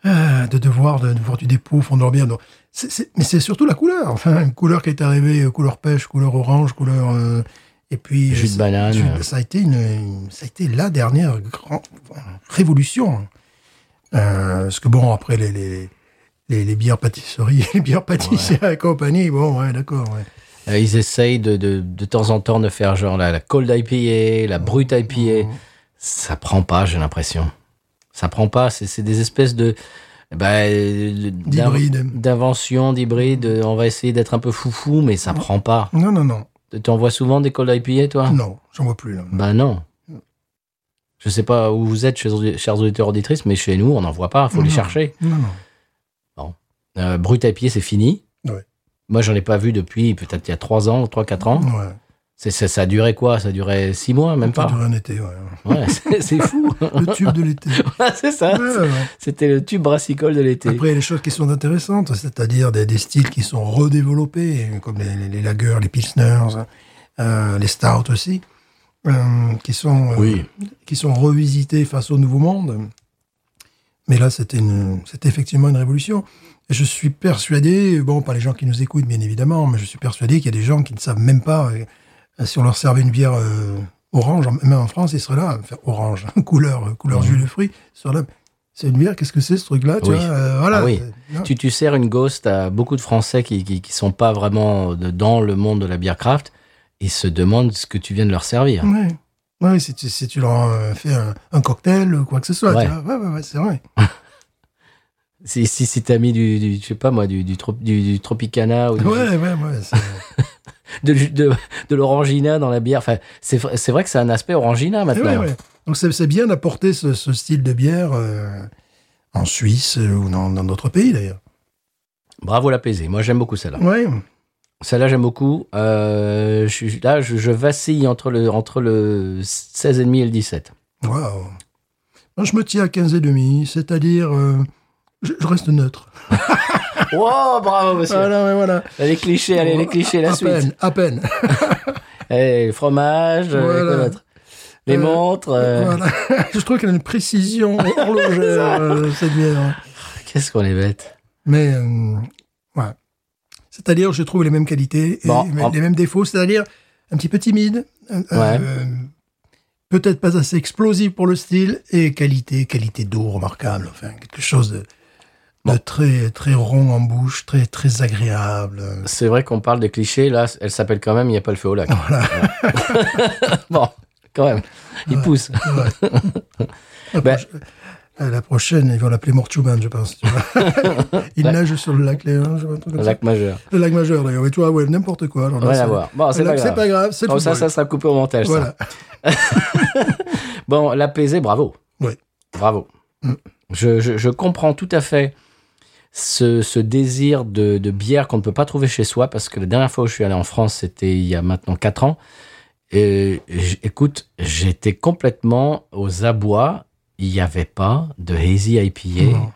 ah, de devoir de, de voir du dépôt au fond de leur bière. Donc, c'est- c'est- mais c'est surtout la couleur. Enfin, une couleur qui est arrivée, euh, couleur pêche, couleur orange, couleur. euh, et puis.
Jus de
euh,
banane.
jus de- ça, a été une, une- ça a été la dernière grande révolution. hein. Euh, parce que bon, après les. les les, les bières pâtisseries, les bières pâtissières et compagnie, bon, ouais, d'accord, ouais.
Euh, Ils essayent de, de, de temps en temps de faire genre la, la cold IPA, la brute IPA. Ça prend pas, j'ai l'impression. Ça prend pas. C'est c'est des espèces de. bah, euh, d'in-
D'hybride.
D'invention, d'hybride. euh, On va essayer d'être un peu foufou, mais ça prend pas.
Non, non, non,
Tu en vois souvent des cold IPA, toi
non, j'en vois plus, là.
Ben non. Je sais pas où vous êtes, chers audi- chers auditeurs auditrices, mais chez nous, on n'en voit pas. Faut les
Non.
chercher.
Non, non.
euh, brut à pied, c'est fini.
Ouais.
Moi, j'en ai pas vu depuis peut-être il y a 3 ans, 3-4 ans.
Ouais.
C'est, ça, ça a duré quoi Ça a duré 6 mois, Hein même
Ça
pas.
dure un été, ouais.
Ouais, c'est, c'est fou.
Le tube de l'été.
Voilà, c'est ça.
Ouais, ouais.
C'était le tube brassicole de l'été.
Après, il y a les choses qui sont intéressantes, c'est-à-dire des, des styles qui sont redéveloppés, comme les, les, les lagers, les pilsners, euh, les stouts aussi, euh, qui sont euh,
oui.
qui sont revisités face au Nouveau Monde. Mais là, c'était une- c'était effectivement une révolution. Et je suis persuadé, bon, pas les gens qui nous écoutent, bien évidemment, mais je suis persuadé qu'il y a des gens qui ne savent même pas euh, si on leur servait une bière euh, orange, en- même en France, ils seraient là, enfin, orange, couleur, euh, couleur
Mhm.
jus de fruits, ils seraient là. C'est une bière, qu'est-ce que c'est ce truc-là tu
Oui.
vois, euh, voilà.
Ah oui.
Non.
Tu, tu sers une ghost à beaucoup de Français qui, qui, qui sont pas vraiment de- dans le monde de la bière craft et se demandent ce que tu viens de leur servir.
Ouais. Ouais, si, tu, si tu leur euh, fais un, un cocktail ou quoi que ce soit,
Ouais.
tu vois. ouais, ouais, ouais, c'est vrai.
Si, si, si t'as mis du, du- je sais pas moi, du, du, trop- du- du Tropicana ou du-
Ouais, ouais, ouais. c'est-
de, ju- de, de l'Orangina dans la bière, enfin, c'est, vrai- c'est vrai que c'est un aspect Orangina
Eh
maintenant.
ouais, ouais. Donc c'est c'est bien d'apporter ce, ce style de bière euh, en Suisse euh, ou dans dans d'autres pays d'ailleurs.
Bravo la plaisée. Moi, j'aime beaucoup celle-là.
Ouais.
Celle-là, j'aime beaucoup. Euh, je, suis- là, je, je vacille entre le, entre le 16,5 et le 17.
Waouh. Moi je me tiens à 15 et demi, c'est-à-dire euh, je, je reste neutre.
Wow, bravo, monsieur.
Voilà, ouais, voilà.
Les clichés, allez, les clichés, la
à
suite.
peine, à peine.
Eh, le fromage, euh,
Voilà.
quoi d'autre les
Euh,
montres. euh,
Voilà. je trouve qu'elle a une précision horlogère euh, cette bière.
Qu'est-ce qu'on est bête.
Mais euh, ouais. C'est-à-dire je trouve les mêmes qualités et
Bon,
les,
en-
les mêmes défauts, c'est-à-dire un petit peu timide. euh,
Ouais.
euh, Peut-être pas assez explosive pour le style et qualité, qualité d'eau remarquable. Enfin, quelque chose de, de très très rond en bouche, très très agréable.
C'est vrai qu'on parle des clichés. Là, elle s'appelle quand même Il n'y a pas le feu au lac.
Voilà.
bon, quand même. Il pousse.
Ouais. La,
Ben-
proche- euh, la prochaine, ils vont l'appeler Mortuban, je pense. tu vois. Il nage sur le lac Léon, je sais pas, un truc comme
Le
ça.
lac majeur.
Le lac majeur, d'ailleurs. Mais tu vois, ouais, n'importe quoi. Alors là,
Rien
Ah bah, c'est-
à voir. Bon, c'est
là,
pas grave.
C'est pas grave, c'est le
Oh, ça,
football.
ça sera coupé au montage. ça.
Voilà.
Bon, l'apaiser, bravo.
Ouais.
Bravo.
Mm.
Je, je- je comprends tout à fait ce, ce désir de, de bière qu'on ne peut pas trouver chez soi, parce que la dernière fois où je suis allé en France, c'était il y a maintenant 4 ans. Et j- écoute, j'étais complètement aux abois. Il n'y avait pas de hazy IPA.
Non.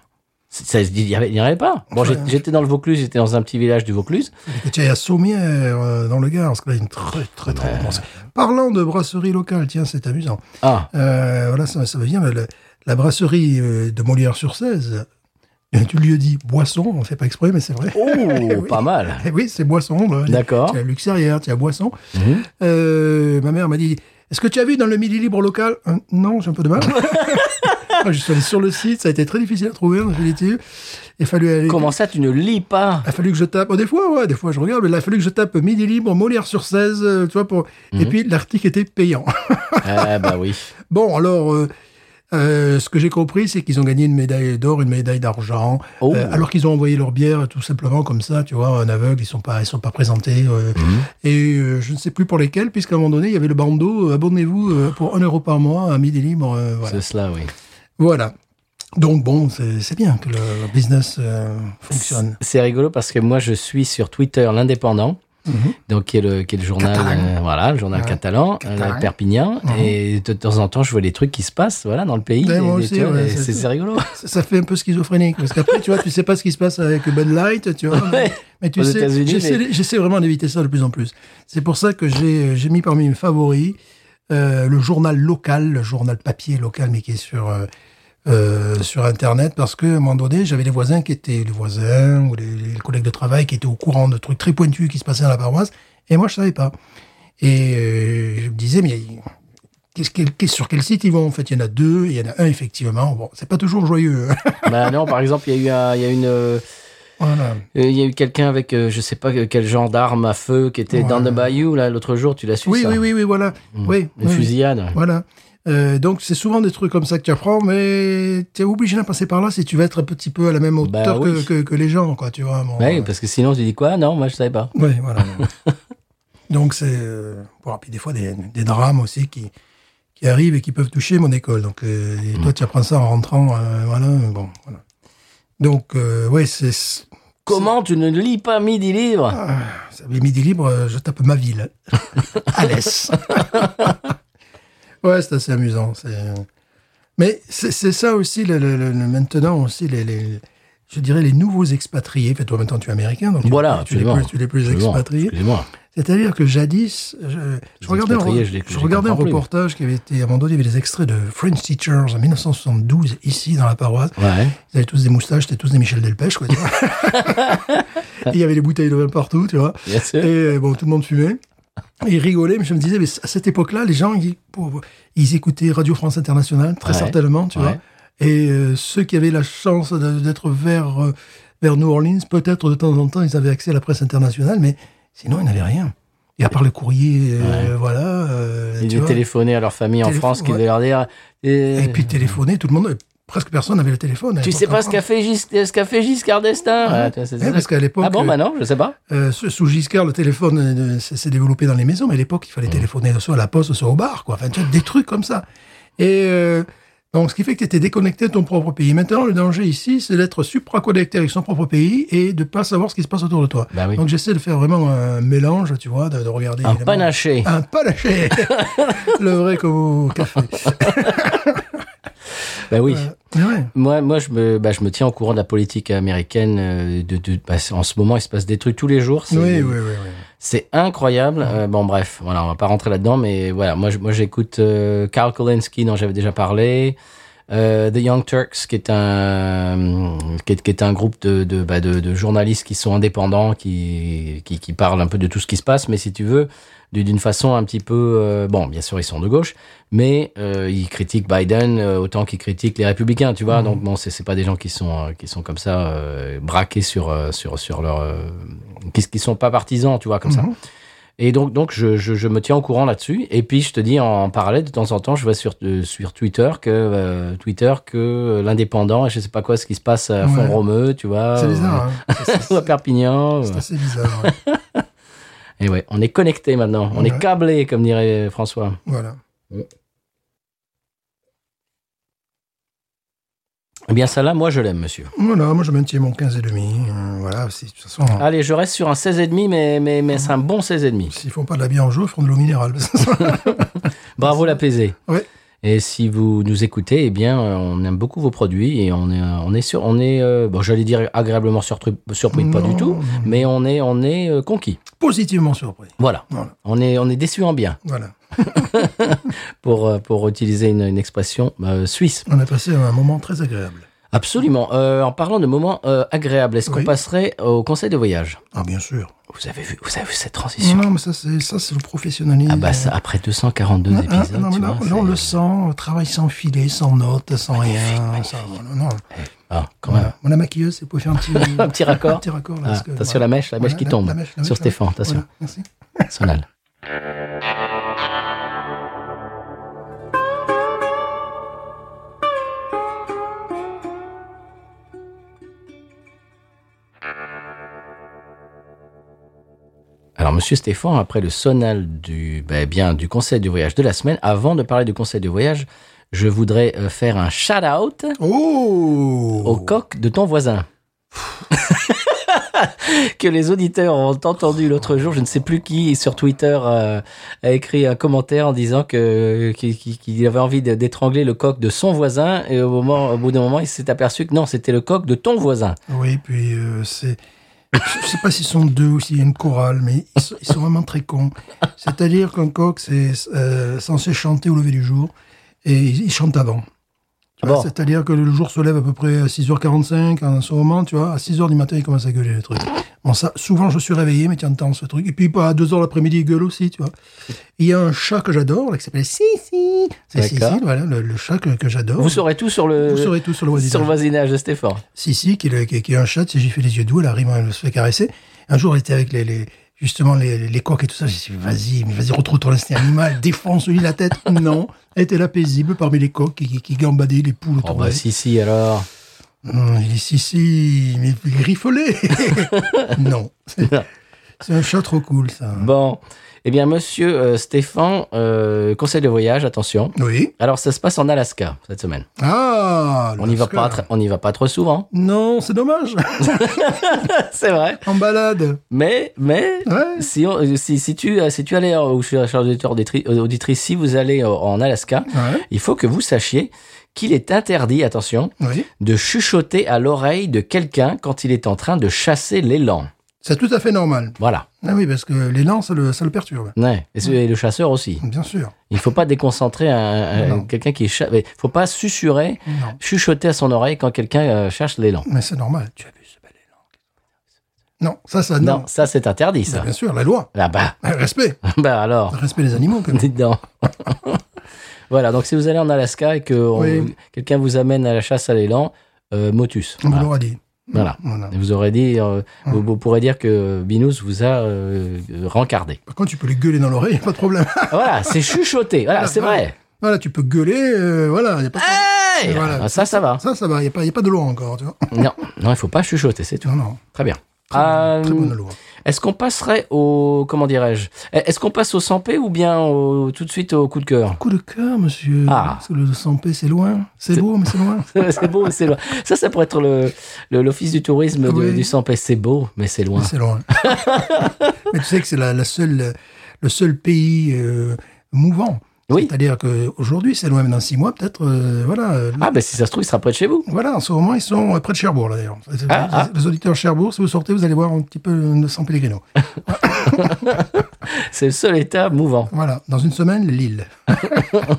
C'est- ça, il n'y avait, il y en avait pas. Bon,
Ouais.
j'ai- j'étais dans le Vaucluse, j'étais dans un petit village du Vaucluse.
Et tiens, il y a Saumière euh, dans le Gard, parce que là, il y a une très, très, très bonne brasserie. Parlant de brasserie locale, tiens, c'est amusant.
Ah,
Euh, voilà, ça, ça va bien. La, la- la brasserie euh, de Molière-sur-Cèze, euh, tu lui as dit Boisson, on ne fait pas exprès, mais c'est vrai.
oh, pas mal.
Eh oui, c'est Boisson. là.
D'accord.
Tu as Luxerrière, tu as Boisson.
Mhm.
Euh, ma mère m'a dit Est-ce que tu as vu dans le Midi Libre local Euh, Non, j'ai un peu de mal. Ah, je suis allé sur le site, ça a été très difficile à trouver, en définitive. Il a fallu aller.
Comment ça, tu ne lis pas
Il a fallu que je tape. oh, des fois, ouais, des fois je regarde, mais là, il a fallu que je tape Midi Libre, Molière sur 16, euh, tu vois, pour.
Mhm.
Et puis l'article était payant.
Ah, bah oui.
bon, alors, euh, euh, ce que j'ai compris, c'est qu'ils ont gagné une médaille d'or, une médaille d'argent,
Oh.
euh, alors qu'ils ont envoyé leur bière tout simplement comme ça, tu vois, en aveugle, ils sont pas, ils sont pas présentés. euh,
Mhm.
Et euh, je ne sais plus pour lesquels, puisqu'à un moment donné, il y avait le bandeau, euh, abonnez-vous euh, pour 1 euro par mois à Midi Libre. euh, voilà.
C'est cela, oui.
Voilà. Donc bon, c'est c'est bien que le business euh, fonctionne.
C'est rigolo parce que moi, je suis sur Twitter l'Indépendant, donc qui est le, qui est le journal,
Mhm. Catalan.
euh, voilà, le journal
Ouais.
catalan, euh,
Catalan. Mhm.
Perpignan, et de temps en temps, je vois les trucs qui se passent, voilà, dans le pays.
Ouais,
et-
moi
et
aussi,
tu vois,
ouais,
et
c'est-
c'est c'est rigolo.
Ça, ça fait un peu schizophrénique parce qu'après, tu vois, tu sais pas ce qui se passe avec Bud Light, tu vois.
Ouais.
Mais tu
Aux
sais,
États-Unis,
j'essaie j'essaie vraiment d'éviter ça de plus en plus. C'est pour ça que j'ai euh, j'ai mis parmi mes favoris euh, le journal local, le journal papier local, mais qui est sur euh, euh, sur internet parce que à un moment donné, j'avais des voisins qui étaient les voisins ou les, les collègues de travail qui étaient au courant de trucs très pointus qui se passaient dans la paroisse et moi je savais pas. Et euh, je me disais mais qu'est-ce qu'est- qu'est- sur quel site ils vont en fait Il y en a deux, il y en a un effectivement. Bon, c'est pas toujours joyeux. hein.
bah non, par exemple, il y a eu un- il y a une, euh,
voilà.
euh, il y a eu quelqu'un avec, euh, je sais pas quel genre d'arme à feu qui était dans
Ouais.
le bayou là l'autre jour, tu l'as su
Oui,
ça Mm.
oui, oui, oui, voilà. Oui,
Une
oui, oui.
fusillade.
Voilà. Euh, donc, c'est souvent des trucs comme ça que tu apprends, mais tu es obligé d'en passer par là si tu veux être un petit peu à la même
Bah
hauteur
oui.
que, que, que les gens, quoi, tu vois. bon,
Ouais,
euh,
parce que sinon tu dis quoi Non, moi je savais pas.
ouais, voilà. donc, c'est. euh, bon, puis des fois, des, des drames aussi qui, qui arrivent et qui peuvent toucher mon école. Donc, euh,
Mm.
et toi, tu apprends ça en rentrant. euh, voilà, bon, voilà. Donc, euh, ouais, c'est. Ah,
Comment tu ne lis pas midi livre
Ça fait midi libre, euh, je tape ma ville. Alès. ouais, c'est assez amusant. c'est, euh, Mais c'est c'est ça aussi, le, le- le- le- maintenant aussi, les, les- je dirais les nouveaux expatriés. Fait, toi, maintenant, tu es américain, donc tu-
Voilà,
tu n'es
absolument.
plus, tu n'es plus
Absolument,
expatrié.
Excusez-moi.
C'est-à-dire que jadis, je, je regardais, un,
expatriés, je les- je les
regardais un
comprends plus.
reportage qui avait été, à un moment donné, il y avait des extraits de French Teachers en 1972, ici, dans la paroisse.
Ouais.
Ils avaient tous des moustaches, c'était tous des Michel Delpech, quoi. tu vois. Et Il y avait des bouteilles de vin partout, tu vois.
Bien sûr.
Et euh, bon, tout le monde fumait. Et ils rigolaient, mais je me disais, mais à cette époque-là, les gens, ils, pour- ils écoutaient Radio France Internationale, très
Ouais.
certainement, tu vois.
Ouais.
Et euh, ceux qui avaient la chance de- d'être vers, euh, vers New Orleans, peut-être de temps en temps, ils avaient accès à la presse internationale, mais sinon, ils n'avaient rien. Et à part le courrier, euh, voilà. euh, tu
Ils ont
vois.
téléphoné à leur famille en
Téléphone,
France qui
ouais.
devait leur dire. euh,
Et puis téléphoner, tout le monde, euh, presque personne n'avait le téléphone. à
tu
l'époque,
sais pas ce
encore.
qu'a fait, Gis- ce qu'a fait Giscard d'Estaing Voilà, tu vois, c'est-
Ouais, parce qu'à l'époque,
Ah bon,
euh,
bah non, je sais pas.
Euh, sous sous Giscard, le téléphone euh, s'est s'est développé dans les maisons, mais à l'époque, il fallait
Mmh.
téléphoner soit à la poste, soit au bar, quoi. Enfin, tu vois, des trucs comme ça. Et euh, donc, ce qui fait que tu étais déconnecté de ton propre pays. Maintenant, le danger ici, c'est d'être supraconnecté avec son propre pays et de pas savoir ce qui se passe autour de toi.
Bah oui.
Donc, j'essaie de faire vraiment un mélange, tu vois, de, de regarder.
Un
évidemment- Ah,
panaché.
Un panaché Le vrai comme au café.
Bah oui.
Mais ouais.
Moi, moi je, me, bah, je me tiens au courant de la politique américaine. euh, De, de- bah, c'est- en ce moment, il se passe des trucs tous les jours. C'est,
Oui, oui, oui, oui.
c'est incroyable. Euh, bon, bref, voilà, on va pas rentrer là-dedans, mais voilà, moi, je- moi j'écoute euh, Karl Kolinsky, dont j'avais déjà parlé. euh, The Young Turks, qui est un qui est, qui est un groupe de de, bah, de de journalistes qui sont indépendants, qui, qui qui parlent un peu de tout ce qui se passe, mais si tu veux, du- d'une façon un petit peu euh, bon, bien sûr ils sont de gauche, mais euh, ils critiquent Biden euh, autant qu'ils critiquent les républicains, tu vois. Donc bon, c'est c'est pas des gens qui sont euh, qui sont comme ça euh, braqués sur euh, sur sur leur euh, qui qui sont pas partisans, tu vois, comme
Mhm.
ça. Et donc donc je, je je me tiens au courant là-dessus. Et puis je te dis en parallèle de temps en temps, je vois sur euh, sur Twitter que euh, Twitter que euh, l'indépendant et je sais pas quoi ce qui se passe à
Ouais.
Font-Romeu, tu vois.
C'est
ou-
bizarre, hein. C'est-
ou
c'est-
à Perpignan.
C'est assez bizarre, ouais.
Et ouais, on est connecté maintenant, on est
Ouais.
câblé comme dirait François.
Voilà.
Eh bien ça là, moi je l'aime, monsieur.
Voilà, moi, je maintiens mon 15 et demi. euh, voilà, c'est- de toute façon...
Allez, je reste sur un 16,5, mais, mais, mais c'est un bon 16,5.
S'ils font pas de la bière en jeu, ils feront de l'eau minérale.
Bravo l'apaisé.
Ouais.
Et si vous nous écoutez, eh bien, euh, on aime beaucoup vos produits et on est, euh, on est sur, on est, euh, bon, j'allais dire agréablement surpris, surpris pas
Non,
du tout,
non, non.
mais on est, on est euh, conquis.
Positivement surpris.
Voilà.
Voilà.
On est, on est déçu en bien,
Voilà.
pour, euh, pour utiliser une, une expression euh, suisse.
On a passé un moment très agréable.
Absolument. Euh, en parlant de moments euh, agréables, est-ce qu'on
Oui.
passerait au conseil de voyage
Ah, bien sûr.
Vous avez vu, vous avez vu cette transition
Non, mais ça, c'est, ça, c'est le professionnalisme.
Ah bah ça, après 242
Ah, ah,
épisodes,
non, mais
tu
là,
vois,
là, on
c'est-
le sent, travail sans filet, sans notes, sans rien. sans- non, non.
Ah, quand même.
Voilà. Mon la maquilleuse, c'est pour faire un petit, un
petit raccord.
petit raccord, là,
Ah,
parce que,
attention
voilà.
la mèche, la mèche
Voilà,
qui tombe
la mèche, la
sur
mèche, la-
Stéphane, attention.
Voilà, merci.
Sonal. Alors, Monsieur Stéphane, après le sonal du, ben, bien, du conseil du voyage de la semaine, avant de parler du conseil du voyage, je voudrais euh, faire un shout-out
Oh
au coq de ton voisin. que les auditeurs ont entendu l'autre jour, je ne sais plus qui sur Twitter euh, a écrit un commentaire en disant que qu'il qu'il avait envie de- d'étrangler le coq de son voisin et au moment au bout d'un moment il s'est aperçu que non c'était le coq de ton voisin.
Oui, puis euh, c'est. Je sais pas s'ils sont deux ou s'il y a une chorale, mais ils sont, ils sont vraiment très cons. C'est-à-dire qu'un coq, c'est euh, censé chanter au lever du jour, et il il chante avant. Tu vois,
Ah Bon.
C'est-à-dire que le jour se lève à peu près à 6h45, en ce moment, tu vois, à 6h du matin, il commence à gueuler les trucs. Bon, ça, souvent, je suis réveillé, mais tu entends ce truc. Et puis, à 2h l'après-midi, il gueule aussi, tu vois. Il y a un chat que j'adore, là, qui s'appelle Sissi. C'est Sissi,
D'accord.
voilà, le, le chat que, que j'adore.
Vous saurez tout sur le
Oh. Vous saurez tout sur le voisinage.
sur le voisinage de Stéphane.
Si, si, qui, est le- qui- qui est un chat, si j'ai fait les yeux doux, elle arrive, elle se fait caresser. Un jour, elle était avec les, les- justement les, les- les coqs et tout ça. J'ai dit, vas-y, mais vas-y, retrouve ton instinct animal, défonce-lui la tête. Non, elle était là paisible parmi les coqs qui, qui, qui gambadaient les poules
Oh
autour
bah
d'elle.
si si alors.
Hum, il est si, si, mais griffolé. non. C'est c'est un chat trop cool, ça.
Bon. Eh bien, monsieur euh, Stéphane, euh, conseil de voyage, attention.
Oui.
Alors, ça se passe en Alaska cette semaine.
Ah
On n'y va
l'Alaska.
pas, très- on n'y va pas trop souvent.
Non, c'est dommage.
C'est vrai.
en balade.
Mais, mais,
Ouais.
si, on- si, si tu, si tu allais, euh, ou je suis la charge auditeur auditri- auditrice, si vous allez euh, en Alaska,
Ouais.
il faut que vous sachiez qu'il est interdit, attention,
Oui.
de chuchoter à l'oreille de quelqu'un quand il est en train de chasser l'élan.
C'est tout à fait normal.
Voilà.
Ah oui, parce que l'élan, ça le, ça le perturbe.
Ouais. Et, ce- et le chasseur aussi.
Bien sûr.
Il ne faut pas déconcentrer un- un-
Non.
quelqu'un qui chasse. Il faut pas susurrer,
Non.
chuchoter à son oreille quand quelqu'un euh, cherche l'élan.
Mais c'est normal. Tu abuses, c'est pas l'élan. Non, ça, ça,
Non.
Ah non.
ça c'est interdit, ça.
Bien sûr, la loi.
Là, bah,
Ah, Respect.
bah alors,
Respect des animaux, quand même.
dites donc. voilà, donc si vous allez en Alaska et que on-
Oui.
quelqu'un vous amène à la chasse à l'élan, euh, motus.
On vous Ah.
Voilà.
l'aura dit.
Voilà.
Voilà.
Et Vous aurez dit, euh, vous, vous pourrez dire que Binous vous a euh, rencardé.
Par contre, tu peux les gueuler dans l'oreille, y a pas de problème.
voilà, c'est chuchoter. Voilà, c'est vrai.
Ah. voilà, tu peux gueuler, euh, voilà, y a pas de problème.
Hey
Voilà.
Ah, Ça, ça va.
Ça, ça va, il n'y a, pas- y a pas de loi encore, tu vois.
Non, non, il faut pas chuchoter, c'est tout.
Non, non,
Très bien.
très,
Euh,
très bonne loi.
Est-ce qu'on passerait au comment dirais-je Est-ce qu'on passe au 100p ou bien au- tout de suite au coup de cœur
Coup de cœur, monsieur.
Ah.
Parce que le 100p, c'est loin. C'est lourd, mais c'est loin.
C'est beau, c'est loin. Ça, ça pourrait être le le- l'office du tourisme de-
Oui.
du 100p. C'est beau, mais c'est loin.
Mais C'est loin. mais tu sais que c'est la, la seule, le seul pays euh, mouvant.
Oui.
C'est-à-dire qu'aujourd'hui, c'est loin, mais dans six mois, peut-être, euh, voilà. euh,
Ah ben si ça se trouve, il sera près de chez vous.
Voilà, en ce moment, ils sont euh, près de Cherbourg, là, d'ailleurs. Les-
Ah, ah.
Les auditeurs de Cherbourg, si vous sortez, vous allez voir un petit peu le San Pellegrino.
C'est le seul état mouvant.
Voilà, dans une semaine, Lille.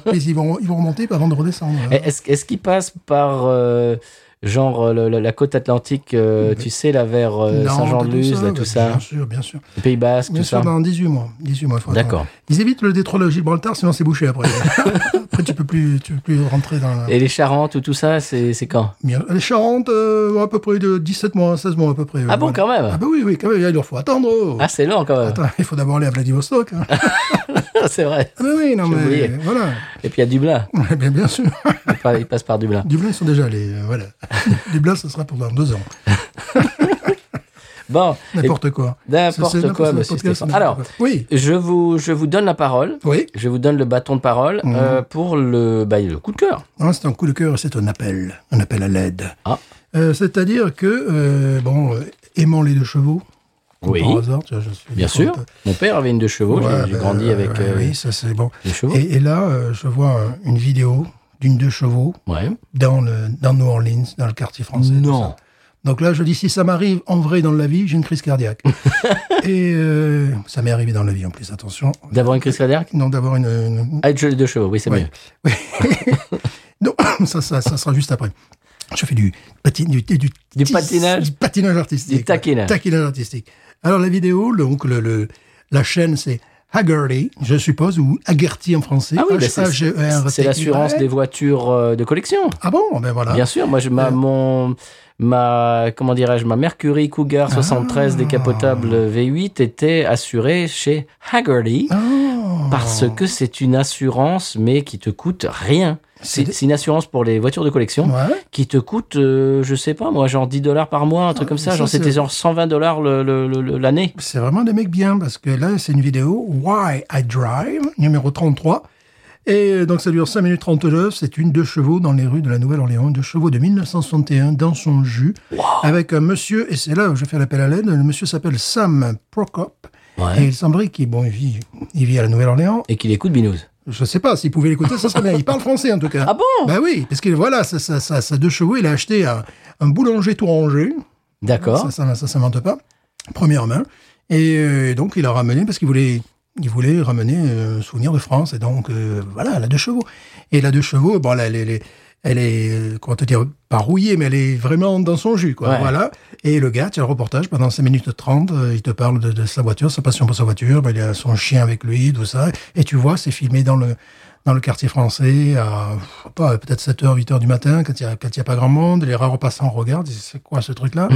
Mais ils vont, ils vont remonter avant de redescendre.
Et Est-ce est-ce qu'il passe par euh, genre euh, le- le- la côte atlantique, euh, tu sais, là vers euh,
Mm-hmm. Non,
Saint-Jean-de-Luz, là, tout ça,
Bien sûr, bien sûr.
le Pays Basque,
Bien
tout
sûr,
ça
dans 18 mois. 18 mois, il faut
D'accord.
attendre. Ils évitent le détroit de Gibraltar, sinon c'est bouché après. après, tu peux plus, tu peux plus rentrer dans la...
Et les Charentes ou tout ça, c'est c'est quand
Bien. Les Charentes, euh, à peu près de 17 mois, 16 mois à peu près.
Ah bon, quand même
Ah bah oui, oui, quand même, il leur faut attendre. oh.
Ah c'est lent quand même.
Attends, il faut d'abord aller à Vladivostok. hein. ah
c'est vrai.
bah oui, non
J'ai
mais
oublié.
voilà.
Et puis il y a Dublin.
Ouais, Bien, bien sûr.
Il pa- il passe par Dublin.
Dublin, ils sont déjà allés. euh, voilà. Dublin, ce sera pendant deux ans.
Bon, et-
N'importe quoi.
n'importe
C'est- c'est
quoi,
n'importe
monsieur Stéphane.
podcast, c'est n'importe
Alors,
quoi. oui,
je vous, je vous donne la parole.
oui.
Je vous donne le bâton de parole
Mhm.
euh, pour le, bah, le coup de cœur.
Non, Ah, c'est un coup de cœur, c'est un appel, un appel à l'aide.
Ah.
Euh, C'est-à-dire que, euh, bon, euh, aimant les deux chevaux, comme
Oui.
par hasard, tu vois, je suis
Bien sûr. Mon père avait une deux chevaux. j'ai-
Ouais,
J'ai
bah,
grandi
ouais,
avec
ouais,
euh,
oui, ça c'est bon.
les chevaux.
Et, et là, euh, je vois euh, une vidéo d'une deux chevaux
Ouais.
dans, le, dans New Orleans, dans le quartier français. tout
Non.
ça. Donc là, je dis, si ça m'arrive en vrai dans la vie, j'ai une crise cardiaque. et euh, ça m'est arrivé dans la vie en plus, attention.
D'avoir une crise cardiaque
Non, d'avoir une... une-
Ah, de deux chevaux, oui, c'est
Ouais.
mieux.
Oui. non, ça, ça, ça sera juste après. Je fais du, pati- du, du,
Du patinage
du patinage artistique.
Du taquinage.
ouais. Taquinage artistique. Alors, la vidéo, le- donc, le, le- la chaîne, c'est Haggerty, je suppose, ou Haggerty en français. E
Ah oui, bah, c'est-
H-A-G-E-R-T-Y.
c'est l'assurance des voitures euh, de collection.
Ah bon, ben voilà.
Bien sûr, moi, je, ma, mon, ma, comment dirais-je, ma Mercury
Ah.
Cougar 73 décapotable V8 était assurée chez Haggerty.
Ah.
Parce que c'est une assurance, mais qui te coûte rien.
C'est
C'est
des-
c'est une assurance pour les voitures de collection
Ouais.
qui te coûte, euh, je sais pas, moi, genre 10 dollars par mois, un truc comme ça.
Ah, ça,
Genre,
c'est-
c'était genre 120 dollars l'année.
C'est vraiment des mecs bien parce que là, c'est une vidéo Why I Drive, numéro 33. Et euh, donc, ça dure 5 minutes 39. C'est une deux chevaux dans les rues de la Nouvelle-Orléans, deux chevaux de 1961 dans son jus, avec un monsieur, et c'est là où je fais l'appel à l'aide. Le monsieur s'appelle Sam Prokop.
Ouais.
Et il semblerait qu'il bon, il vit, il vit à la Nouvelle-Orléans.
Et qu'il écoute Binous.
Je sais pas, s'il pouvait l'écouter, ça serait bien. Il parle français, en tout cas.
Ah bon
Ben oui, parce que voilà, sa ça, ça, ça deux chevaux, il a acheté un, un boulanger touranger.
D'accord.
Ça, ça, ça s'invente pas. Première main. Et euh, donc, il a ramené parce qu'il voulait, il voulait ramener euh, un souvenir de France. Et donc, euh, voilà, elle a deux chevaux. Et elle a deux chevaux, bon, là, elle, est- elle est, elle est, euh, comment te dire, pas rouillée, mais elle est vraiment dans son jus, quoi.
Ouais.
Voilà. Et le gars, tu as le reportage pendant 5 minutes 30. euh, il te parle de, de sa voiture, sa passion pour sa voiture. ben, il a son chien avec lui, tout ça. Et tu vois, c'est filmé dans le, dans le quartier français à je sais pas peut-être 7h 8h du matin quand il n'y a, quand il y a pas grand monde les rares passants regardent ils disent, c'est quoi ce truc là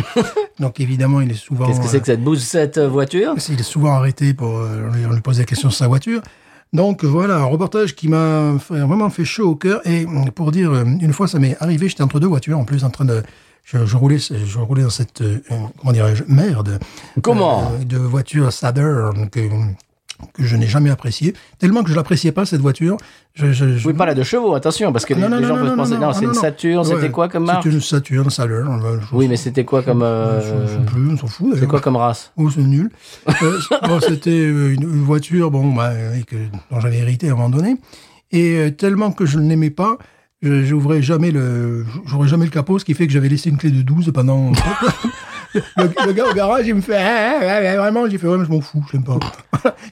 donc évidemment il est souvent
Qu'est-ce que c'est que cette bouse, cette euh, voiture
euh, il est souvent arrêté pour euh, on lui- on lui pose la question sur sa voiture donc voilà un reportage qui m'a fait- vraiment fait chaud au cœur et mm, pour dire euh, une fois ça m'est arrivé j'étais entre deux voitures en plus en train de je, je roulais je roulais dans cette euh, comment dirais-je merde
Comment
euh, de voiture Saturn que que je n'ai jamais apprécié, tellement que je l'appréciais pas cette voiture. Je, je, je-
Oui, pas la deux chevaux, attention, parce que
Ah, non,
les
non,
gens
non,
peuvent
non,
penser,
non,
non,
non,
c'est une
non.
Saturne,
Ouais,
c'était quoi comme marque
C'était une Saturne, Saturn. euh, je-
Oui, mais c'était quoi comme, euh,
je, je sais plus, on s'en fout.
c'est
d'ailleurs.
quoi comme race
Oh, c'est nul. Euh, bon, c'était euh, une, une voiture bon, bah, euh, que, dont j'avais hérité à un moment donné. Et euh, tellement que je ne l'aimais pas, je- j'ouvrais jamais le, j'ouvrais jamais le capot, ce qui fait que j'avais laissé une clé de 12 pendant. le, le gars au garage, il me fait Ah, ah, ah, vraiment, j'ai fait ouais, mais je m'en fous, je l'aime pas.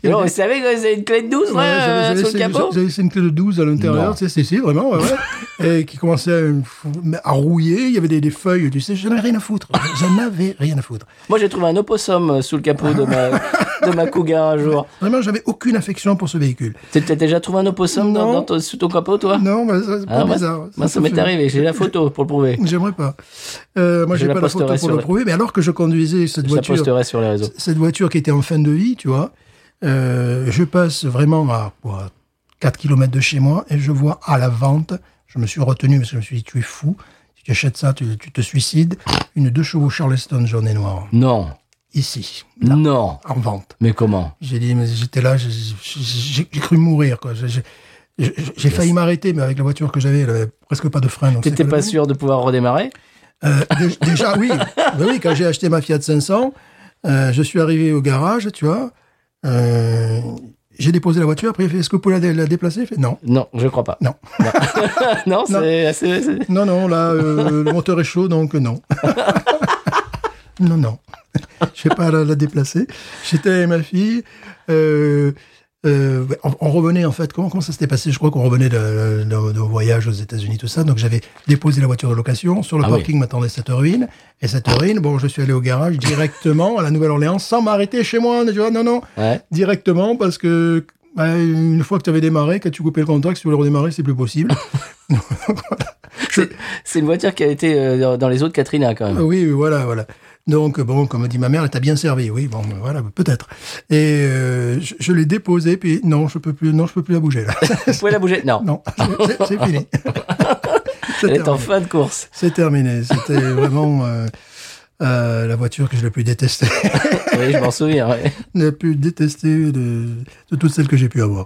Il y
Non,
avait-
vous savez que c'est une clé de 12
Ouais,
ouais,
j'avais-
euh,
j'avais
sur le
laissé-
capot
j'avais laissé une clé de 12 à
Non.
l'intérieur, tu sais, c'est- c'est vraiment, ouais, ouais. et qui commençait à, me fou- à rouiller, il y avait des, des feuilles, tu sais, j'en avais rien à foutre, j'en avais rien à foutre.
Moi, j'ai trouvé un opossum euh, sous le capot de ma, de ma Cougar un jour.
Vraiment, j'avais aucune affection pour ce véhicule.
T'as t'as déjà trouvé un opossum dans,
Non.
dans ton- sous ton capot, toi
Non, mais ça, c'est
Ah,
pas
moi,
bizarre.
moi, ça m'est
fait-
arrivé, j'ai la photo pour le prouver.
J'aimerais pas. Euh, moi,
Je
j'ai
la
pas la photo
posterai
pour
sur
le
le-
prouver, mais alors que je conduisais cette
Je la
voiture,
posterai sur les réseaux.
cette voiture qui était en fin de vie, tu vois, euh, je passe vraiment à quoi, 4 km de chez moi et je vois à la vente, je me suis retenu parce que je me suis dit, tu es fou, si tu achètes ça, tu, tu te suicides, une 2 chevaux Charleston jaune et noire,
Non,
ici, là,
non.
en vente.
Mais comment
J'ai dit, mais j'étais là, j'ai- j'ai j'ai cru mourir, quoi. J'ai- j'ai- J'ai j'ai failli m'arrêter, mais avec la voiture que j'avais, elle avait presque pas de frein. donc
T'étais
c'est
pas
le-
sûr de pouvoir redémarrer
euh, dé- déjà, oui. Ben oui, quand j'ai acheté ma Fiat 500, euh, je suis arrivé au garage, tu vois. euh, j'ai déposé la voiture. Après, il fait, est-ce que vous pouvez la, dé- la déplacer Il fait, Non.
Non, je crois pas.
Non.
Non, Non, c'est assez... c'est-
Non, non, là, euh, le moteur est chaud, donc non. non, non. Je vais pas la, la déplacer. J'étais avec ma fille. euh, euh, ouais, on, on revenait en fait. Comment, comment ça s'était passé Je crois qu'on revenait de, de- de voyage aux États-Unis, tout ça. Donc j'avais déposé la voiture de location sur le
Ah oui.
parking. M'attendait cette ruine et cette ruine. Bon, je suis allé au garage directement à la Nouvelle-Orléans sans m'arrêter chez moi. Tu vois, oh, non, non,
Ouais.
directement parce que bah, une fois que tu avais démarré, quand tu coupais le contact, si tu voulais redémarrer, c'est plus possible.
C'est une voiture qui a été euh, dans- dans les eaux de Katrina, quand
Ah
même.
Oui, oui, voilà, voilà. Donc, bon, comme dit ma mère, elle t'a bien servi. Oui, bon, ben, voilà, peut-être. Et euh, je, je l'ai déposée, puis non, je peux plus, non, je peux plus la bouger là.
Vous pouvez la bouger Non,
non, c'est- c'est fini. C'est
elle est en
terminé.
fin de course.
C'est terminé. C'était vraiment euh, euh, la voiture que je l'ai plus détestée,
Oui, je m'en souviens. ouais.
la plus détestée de, de toutes celles que j'ai pu avoir.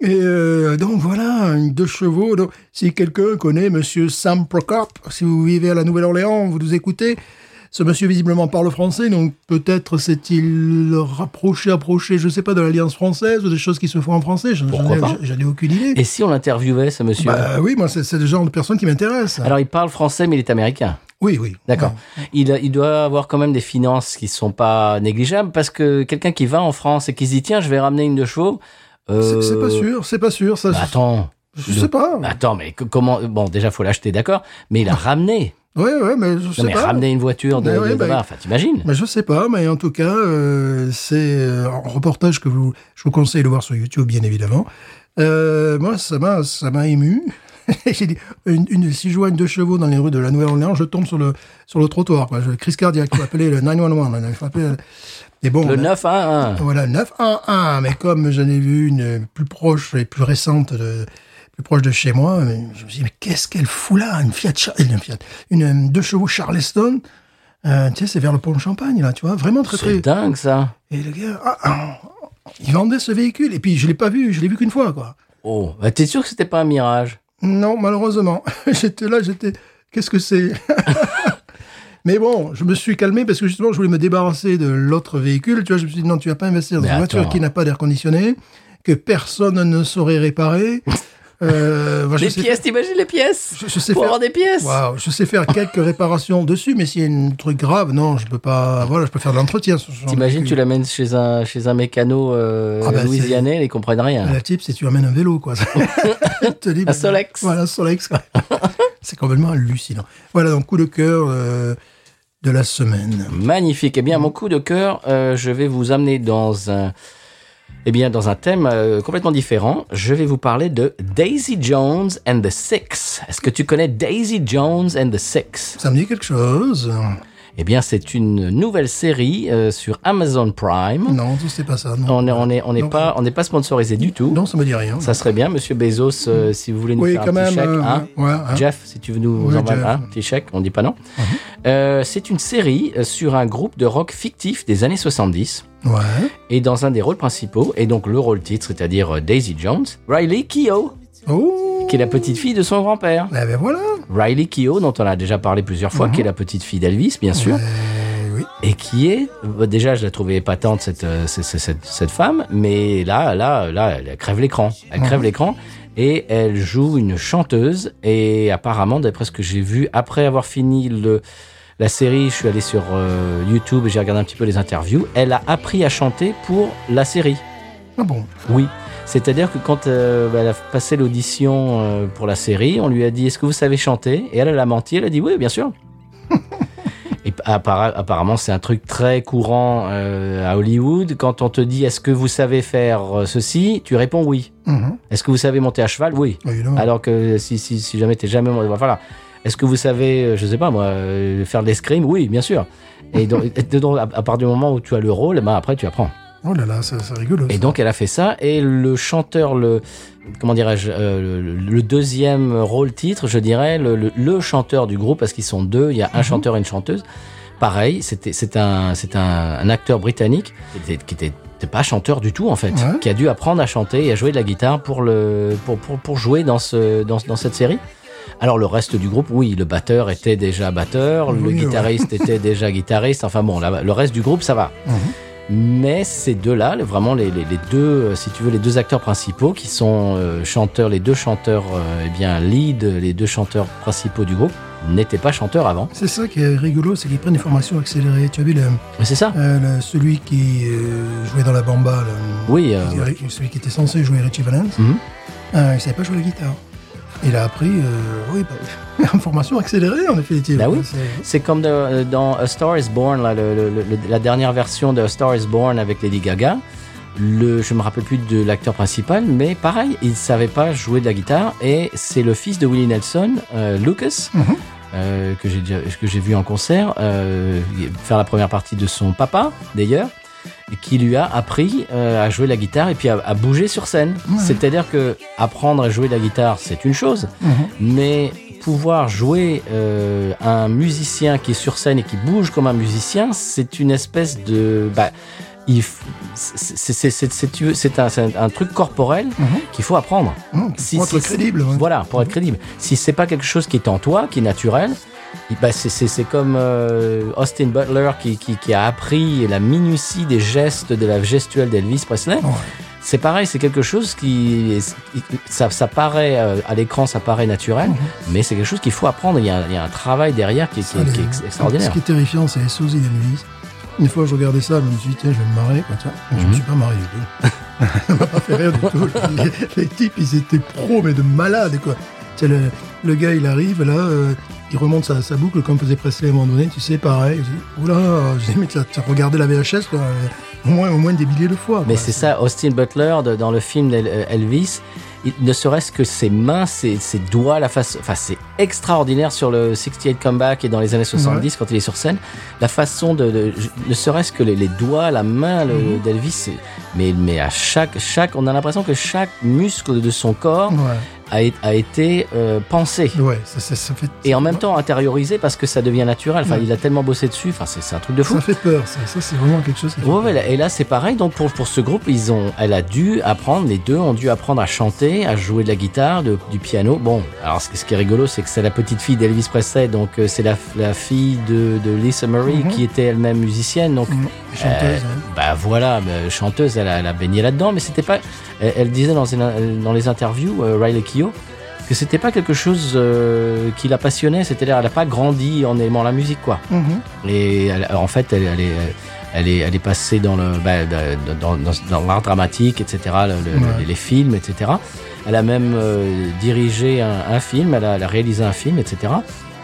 Et euh, donc voilà, une deux chevaux. Donc, si quelqu'un connaît Monsieur Sam Prokop, si vous vivez à la Nouvelle-Orléans, vous nous écoutez, ce monsieur visiblement parle français, donc peut-être s'est-il rapproché, approché, je sais pas, de l'Alliance française ou des choses qui se font en français. Je-
Pourquoi
J'en ai-
pas
j'en ai aucune idée.
Et si on l'interviewait, ce monsieur
Bah oui, moi c'est c'est le genre de personne qui m'intéresse.
Alors, il parle français, mais il est américain.
Oui, oui.
D'accord. Il, a- il doit avoir quand même des finances qui sont pas négligeables parce que quelqu'un qui va en France et qui se dit tiens je vais ramener une de chevaux.
C'est
euh,
c'est pas sûr, c'est pas sûr. Ça,
bah, attends, Bah,
je sais pas.
attends mais que- comment bon déjà faut l'acheter d'accord mais il a ramené.
Ouais, ouais, mais Ah. je sais
Non mais
pas.
ramener une voiture de,
Ben ouais,
de- de-
ben-
enfin t'imagines.
Mais je sais pas, mais en tout cas, euh, c'est euh, un reportage que vous, je vous conseille de voir sur YouTube, bien évidemment. Euh, moi, ça m'a, ça m'a ému. J'ai dit, une, une, si je vois une deux chevaux dans les rues de la Nouvelle-Orléans, je tombe sur le, sur le trottoir. Quoi. Je, crise cardiaque, il faut appeler le 911. là, il faut appeler- Et bon,
Le
on a-
9 1
voilà, 911. Mais comme j'en ai vu une plus proche et plus récente, de, plus proche de chez moi, mais je me suis dit, mais qu'est-ce qu'elle fout là Une Fiat, Char- une, Fiat une, euh, deux chevaux Charleston Euh, tu sais, c'est vers le pont de Champagne, là, tu vois, vraiment très très.
C'est dingue ça.
Et le gars, ah, ah, il vendait ce véhicule, et puis je l'ai pas vu, je l'ai vu qu'une fois, quoi.
Oh bah, t'es sûr que c'était pas un mirage.
Non, malheureusement. j'étais là, j'étais. Qu'est-ce que c'est Mais bon, je me suis calmé parce que justement, je voulais me débarrasser de l'autre véhicule. Tu vois, je me suis dit, non, tu vas pas investir dans
Mais
une voiture
attends.
qui n'a pas d'air conditionné, que personne ne saurait réparer. Euh, moi, je,
Les
sais,
pièces t'imagines les pièces.
je- je sais
Pour
faire.
avoir des pièces.
Waouh, je sais faire quelques réparations dessus, mais s'il y a un truc grave, non, je peux pas. Voilà, je peux faire de l'entretien. sur ce genre de
T'imagines
véhicule.
tu l'amènes chez un chez un mécano euh,
Ah, bah, c'est-
louisianais ils comprennent rien.
La type, c'est tu amènes un vélo, quoi. Elle te dit, ben,
Un Solex.
Voilà, un Solex, quoi. c'est complètement hallucinant. Voilà, donc coup de cœur euh, de la semaine.
Magnifique. Eh bien, mon coup de cœur, euh, je vais vous amener dans un, eh bien, dans un thème euh, complètement différent. Je vais vous parler de Daisy Jones and the Six. Est-ce que tu connais Daisy Jones and the Six
Ça me dit quelque chose.
Eh bien, c'est une nouvelle série euh, sur Amazon Prime.
Non, c'est pas ça. Non.
On n'est on est, on est
Non.
pas, on n'est pas sponsorisé du tout.
Non, ça me dit rien.
Ça serait bien, Monsieur Bezos, euh, si vous voulez nous
oui,
faire
quand
un
même.
petit chèque.
euh,
hein.
ouais, hein.
Jeff, si tu veux nous
Oui,
envoyer
Jeff. Uh-huh.
un petit chèque, on dit pas non. Euh, c'est une série euh, sur un groupe de rock fictif des années 70
Ouais.
et dans un des rôles principaux, et donc le rôle titre, c'est-à-dire euh, Daisy Jones, Riley Keough,
Oh
qui est la petite fille de son grand-père.
Eh ben voilà.
Riley Keough, dont on a déjà parlé plusieurs
Uh-huh.
fois, qui est la petite fille d'Elvis, bien sûr,
Eh oui.
et qui est, euh, déjà, je la trouvais épatante, cette, euh, c'est- c'est- cette, cette femme, mais là, là, là, elle crève l'écran. Elle crève l'écran. Et elle joue une chanteuse. Et apparemment, d'après ce que j'ai vu, après avoir fini le, la série, je suis allé sur euh, YouTube et j'ai regardé un petit peu les interviews. Elle a appris à chanter pour la série.
Ah bon.
Oui. C'est-à-dire que quand euh, bah, elle a passé l'audition euh, pour la série, on lui a dit Est-ce que vous savez chanter Et elle, elle a menti, elle a dit Oui, bien sûr. Et pa- appara- apparemment, c'est un truc très courant euh, à Hollywood. Quand on te dit Est-ce que vous savez faire euh, ceci Tu réponds oui.
Mhm. Ah,
Est-ce que vous savez monter à cheval Oui.
Évidemment.
Alors que euh, si, si, si jamais t'es jamais. Voilà. Est-ce que vous savez, euh, je sais pas moi, euh, faire de l'escrime Oui, bien sûr. Et donc, et donc, à, à part du moment où tu as le rôle, bah, après, tu apprends.
Oh là là, ça- c'est rigolo.
Et
ça.
donc elle a fait ça et le chanteur le comment dirais-je euh, le, le deuxième rôle titre je dirais le, le- le chanteur du groupe parce qu'ils sont deux il y a un chanteur et une chanteuse pareil c'était c'est un c'est un, un acteur britannique qui était, qui était était pas chanteur du tout en fait
Ouais.
qui a dû apprendre à chanter et à jouer de la guitare pour le pour pour, pour jouer dans ce dans, dans cette série alors le reste du groupe, oui, le batteur était déjà batteur, le
Oui, ouais.
guitariste était déjà guitariste, enfin bon, là, le reste du groupe, ça va.
Mhm.
Mais ces deux-là, les- vraiment les, les- les deux, euh, si tu veux, les deux acteurs principaux qui sont euh, chanteurs, les deux chanteurs, euh, eh bien, lead, les deux chanteurs principaux du groupe, n'étaient pas chanteurs avant.
C'est ça qui est rigolo, c'est qu'ils prennent des formations accélérées. Tu as vu le,
Mais c'est ça
euh, le- celui qui euh, jouait dans la bamba, le-
Oui, euh,
qui- celui qui était censé jouer Richie Valens,
Mhm.
euh, il savait pas jouer la guitare. Il a appris, euh, oui, bah, en formation accélérée en définitive.
Bah oui.
C'est-
C'est comme de- euh, dans A Star Is Born, là, le- le- le- la dernière version de A Star Is Born avec Lady Gaga. Le, je me rappelle plus de l'acteur principal, mais pareil, il savait pas jouer de la guitare et c'est le fils de Willie Nelson, euh, Lucas,
Mhm.
euh, que j'ai déjà- que j'ai vu en concert euh, faire la première partie de son papa d'ailleurs, et qui lui a appris euh, à jouer la guitare et puis à, à bouger sur scène.
Ouais.
C'est-à-dire que apprendre à jouer de la guitare, c'est une chose,
Mhm.
mais pouvoir jouer euh, un musicien qui est sur scène et qui bouge comme un musicien, c'est une espèce de... Bah, il f- c'est- c'est- c'est- c'est- c'est- tu veux, c'est un, c'est un truc corporel
Mhm.
qu'il faut apprendre.
Mhm.
Si-
Pour
si-
être crédible. ouais. Mhm.
Voilà, pour être crédible. Si c'est pas quelque chose qui est en toi, qui est naturel, il- bah, c'est- c'est c'est comme euh, Austin Butler qui, qui- qui a appris la minutie des gestes de la gestuelle d'Elvis Presley.
Ouais.
C'est pareil, c'est quelque chose qui ça, ça paraît euh, à l'écran, ça paraît naturel,
Mhm.
mais c'est quelque chose qu'il faut apprendre. Il y a, un- il y a un travail derrière qui, qui-
Ah, les-
qui est ex- extraordinaire.
Ce qui est terrifiant, c'est les sosies d'Elvis. Une fois, je regardais ça, je me suis dit, tiens, je vais me marrer comme ça. Je
Mhm.
me suis pas marré du tout. ça m'a pas fait rire du tout. Les, les types, ils étaient pros, mais de malades, quoi. Tu sais, le, le gars, il arrive, là, euh, il remonte sa, sa boucle comme faisait Presley à un moment donné, tu sais, pareil. Je dis, oula, je dis, mais t'as t'as regardé la VHS, quoi, euh, au moins, au moins des milliers de fois.
Mais
quoi.
c'est ça, Austin Butler de- dans le film d'El- euh, Elvis, il- ne serait-ce que ses mains, ses, ses doigts, la façon, enfin c'est extraordinaire sur le 68 comeback et dans les années 70 quand il est sur scène, la façon de, de- je- ne serait-ce que les, les doigts, la main le-
Mhm.
d'Elvis, c'est- mais mais à chaque chaque, on a l'impression que chaque muscle de son corps
Ouais,
a, é- a été euh, pensé.
ouais, ça, ça- ça fait.
Et en même temps intériorisé parce que ça devient naturel. Enfin, il a tellement bossé dessus. Enfin, c'est c'est un truc de fou.
Ça fait peur, ça. Ça, c'est vraiment quelque chose qui fait
Ouais,
peur.
ouais, là- et là c'est pareil. Donc pour pour ce groupe, ils ont, elle a dû apprendre. Les deux ont dû apprendre à chanter, à jouer de la guitare, de- du piano. Bon, alors ce, ce qui est rigolo, c'est que c'est la petite fille d'Elvis Presley. Donc euh, c'est la, la fille de de Lisa Murray
Mhm.
qui était elle-même musicienne. Donc
Mhm. Chanteuse, hein.
bah voilà, mais chanteuse, elle a, elle a baigné là-dedans, mais c'était pas. Elle, elle disait dans, une- dans les interviews, euh, Riley Keough, que c'était pas quelque chose euh, qui la passionnait. C'est-à-dire, elle a pas grandi en aimant la musique, quoi.
Mhm.
Et elle- en fait, elle, elle est, elle est, elle est passée dans le, bah, dans, dans- dans l'art dramatique, etc. le- le-
Ouais.
les, les films, etc. Elle a même euh, dirigé un, un film, elle a, elle a réalisé un film, etc.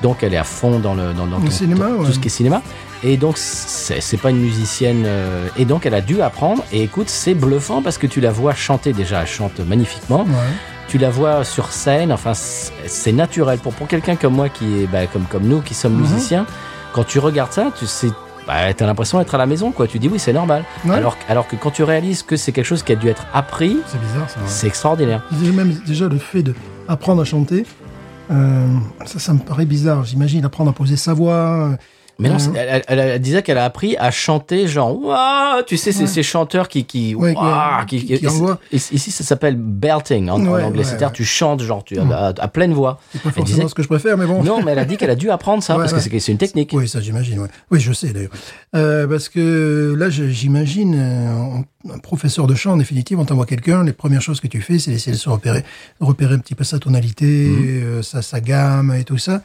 Donc elle est à fond dans le dans, dans
Le
tout-
cinéma,
tout, tout
ouais.
ce qui est cinéma. Et donc c'est c'est pas une musicienne. euh, et donc elle a dû apprendre. Et écoute, c'est bluffant parce que tu la vois chanter déjà, elle chante magnifiquement.
hein. Ouais.
Tu la vois sur scène, enfin, c'est c'est naturel. Pour, pour quelqu'un comme moi, qui est bah, comme, comme nous, qui sommes
Mhm.
musiciens, quand tu regardes ça, tu sais, bah, t'as l'impression d'être à la maison, quoi. Tu dis oui, c'est normal.
Ouais.
Alors, alors que quand tu réalises que c'est quelque chose qui a dû être appris,
C'est bizarre ça. ouais.
c'est extraordinaire.
Déjà, Même déjà le fait d'apprendre à chanter, euh, ça, ça me paraît bizarre. J'imagine apprendre à poser sa voix. euh,
Mais non,
Mhm.
c'est- elle, elle- elle disait qu'elle a appris à chanter genre Ouah tu sais, c'est
Ouais.
ces chanteurs qui qui,
Ouais, qui- euh,
Ouah qui,
qui- qui envoient.
et- ici ça s'appelle belting en, en
Ouais,
anglais,
ouais,
c'est-à-dire
ouais. Mhm.
tu chantes genre tu à, à pleine voix.
C'est pas
Elle
forcément
disait
ce que je préfère, mais bon.
non, mais elle a dit qu'elle a dû apprendre ça
Ouais,
parce
ouais.
que c'est- c'est une technique.
Oui, ça j'imagine. Ouais. Oui, je sais d'ailleurs. Euh, parce que là, je- j'imagine euh, en- un professeur de chant en définitive, on t'envoie quelqu'un, les premières choses que tu fais, c'est d'essayer de se repérer, repérer un petit peu sa tonalité,
Mhm.
euh, sa, sa gamme et tout ça.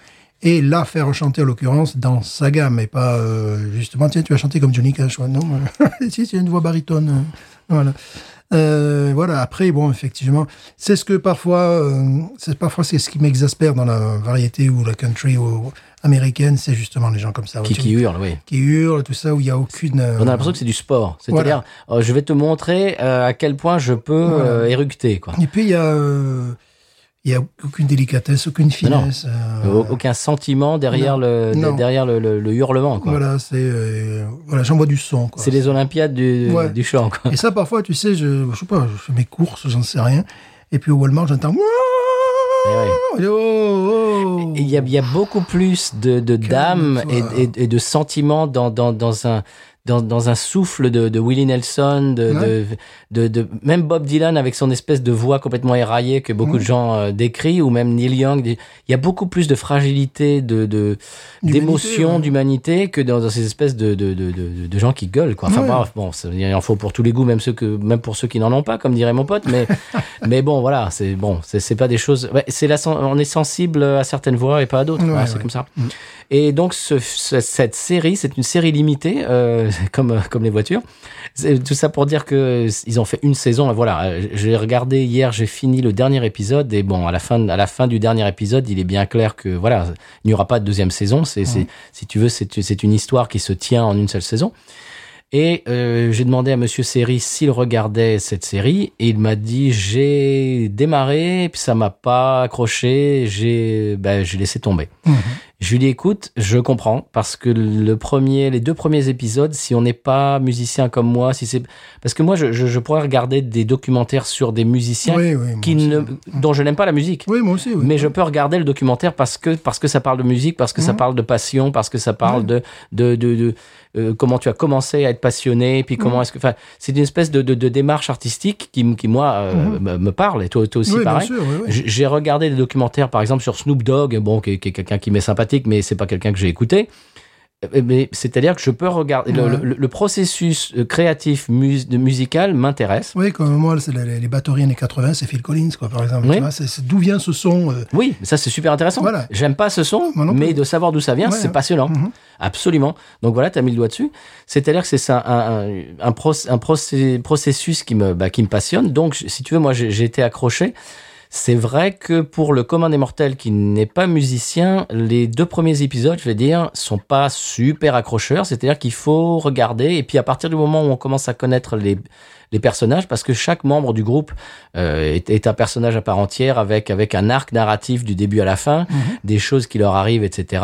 Et là, faire chanter en l'occurrence dans sa gamme et pas euh, justement, tiens, tu vas chanter comme Johnny Cash, ouais, non euh, Si, c'est une voix baritone. euh, Voilà. Euh, voilà. Après, bon, effectivement, c'est ce que parfois, euh, c'est parfois c'est ce qui m'exaspère dans la variété ou la country ou- américaine, c'est justement les gens comme ça,
Qui,
ouais,
qui
tu-
hurle, oui.
qui hurlent, tout ça, où il y a aucune. euh,
On a l'impression que c'est du sport. C'est-à-dire, euh, je vais te montrer euh, à quel point je peux euh, éructer, quoi.
Et puis il y a, euh, il y a aucune délicatesse, aucune
non.
finesse. euh,
Au- Aucun sentiment derrière le
Non.
derrière le, le- le hurlement, quoi.
voilà, c'est euh, voilà, j'envoie du son. quoi.
C'est les Olympiades du,
Ouais.
du chant, quoi.
Et ça, parfois, tu sais, je, je sais pas, je fais mes courses, j'en sais rien. Et puis au Walmart, j'entends. Wouah
Mais Eh ouais.
Et oh, oh.
Et Il y a, il y a beaucoup plus de, de d'âme
toi.
et, et- et de sentiments dans, dans, dans un dans, dans un souffle de, de Willie Nelson, de,
Ouais.
de, de, de- même Bob Dylan avec son espèce de voix complètement éraillée que beaucoup de gens euh, décrivent, ou même Neil Young. Il y a beaucoup plus de fragilité, de, de
D'humanité,
d'émotion,
ouais.
d'humanité que dans, dans ces espèces de, de, de, de, de gens qui gueulent. Quoi. Enfin
Ouais.
bref, bon, ça- il en faut pour tous les goûts, même ceux que même pour ceux qui n'en ont pas, comme dirait mon pote. Mais mais bon, voilà, c'est bon, c'est c'est pas des choses. ouais, c'est la, sen- on est sensible à certaines voix et pas à d'autres.
Ouais,
Voilà, c'est
ouais. Mm.
comme ça. Et donc ce- ce- cette série, c'est une série limitée, euh, comme euh, comme les voitures. C'est- Tout ça pour dire que s- ils ont fait une saison. et Voilà, Euh, j'ai regardé hier, j'ai fini le dernier épisode et bon, à la fin de- à la fin du dernier épisode, il est bien clair que voilà, il n'y aura pas de deuxième saison. C'est c'est- si tu veux, c'est c'est une histoire qui se tient en une seule saison. Et euh, j'ai demandé à Monsieur Seri s'il regardait cette série, et il m'a dit j'ai démarré, puis ça m'a pas accroché, j'ai ben, j'ai laissé tomber.
Mhm.
Je lui ai dit écoute, je comprends parce que le premier, les deux premiers épisodes, si on n'est pas musicien comme moi, si c'est parce que moi je, je, je pourrais regarder des documentaires sur des musiciens
Oui, oui, moi
qui
aussi.
ne, dont je n'aime pas la musique.
Oui, moi aussi. oui.
Mais je peux regarder le documentaire parce que parce que ça parle de musique, parce que
Mhm.
ça parle de passion, parce que ça parle de de, de, de, euh, comment tu as commencé à être passionné, puis
Mhm.
comment est-ce que enfin c'est une espèce de, de, de démarche artistique qui m- qui moi euh, me- me parle et toi, toi aussi
Mhm. Oui, bien
pareil.
sûr, oui, oui.
J- J'ai regardé des documentaires par exemple sur Snoop Dogg, bon qui, est- qui est quelqu'un qui m'est sympathique, mais c'est pas quelqu'un que j'ai écouté. Euh, Mais c'est-à-dire que je peux regarder le-
Ouais.
le, le processus euh, créatif mus- de- musical m'intéresse.
Oui, comme moi, c'est la- les, les batteries années 80, c'est Phil Collins, quoi, par exemple.
Oui.
Tu vois, c'est- c'est D'où vient ce son euh,
Oui, ça c'est super intéressant.
Voilà.
J'aime pas ce son,
moi non plus.
mais de savoir d'où ça vient,
Ouais,
c'est
ouais.
passionnant.
Mhm.
Absolument. Donc voilà, tu as mis le doigt dessus. C'est-à-dire que c'est ça, un, un, un, proc- un procé- processus qui me, bah, qui me passionne. Donc, j- si tu veux, moi, j'ai j'ai été accroché. C'est vrai que pour le commun des mortels qui n'est pas musicien, les deux premiers épisodes, je vais dire, sont pas super accrocheurs. C'est-à-dire qu'il faut regarder. Et puis, à partir du moment où on commence à connaître les, les personnages, parce que chaque membre du groupe euh, est, est un personnage à part entière avec, avec un arc narratif du début à la fin, des choses qui leur arrivent, etc.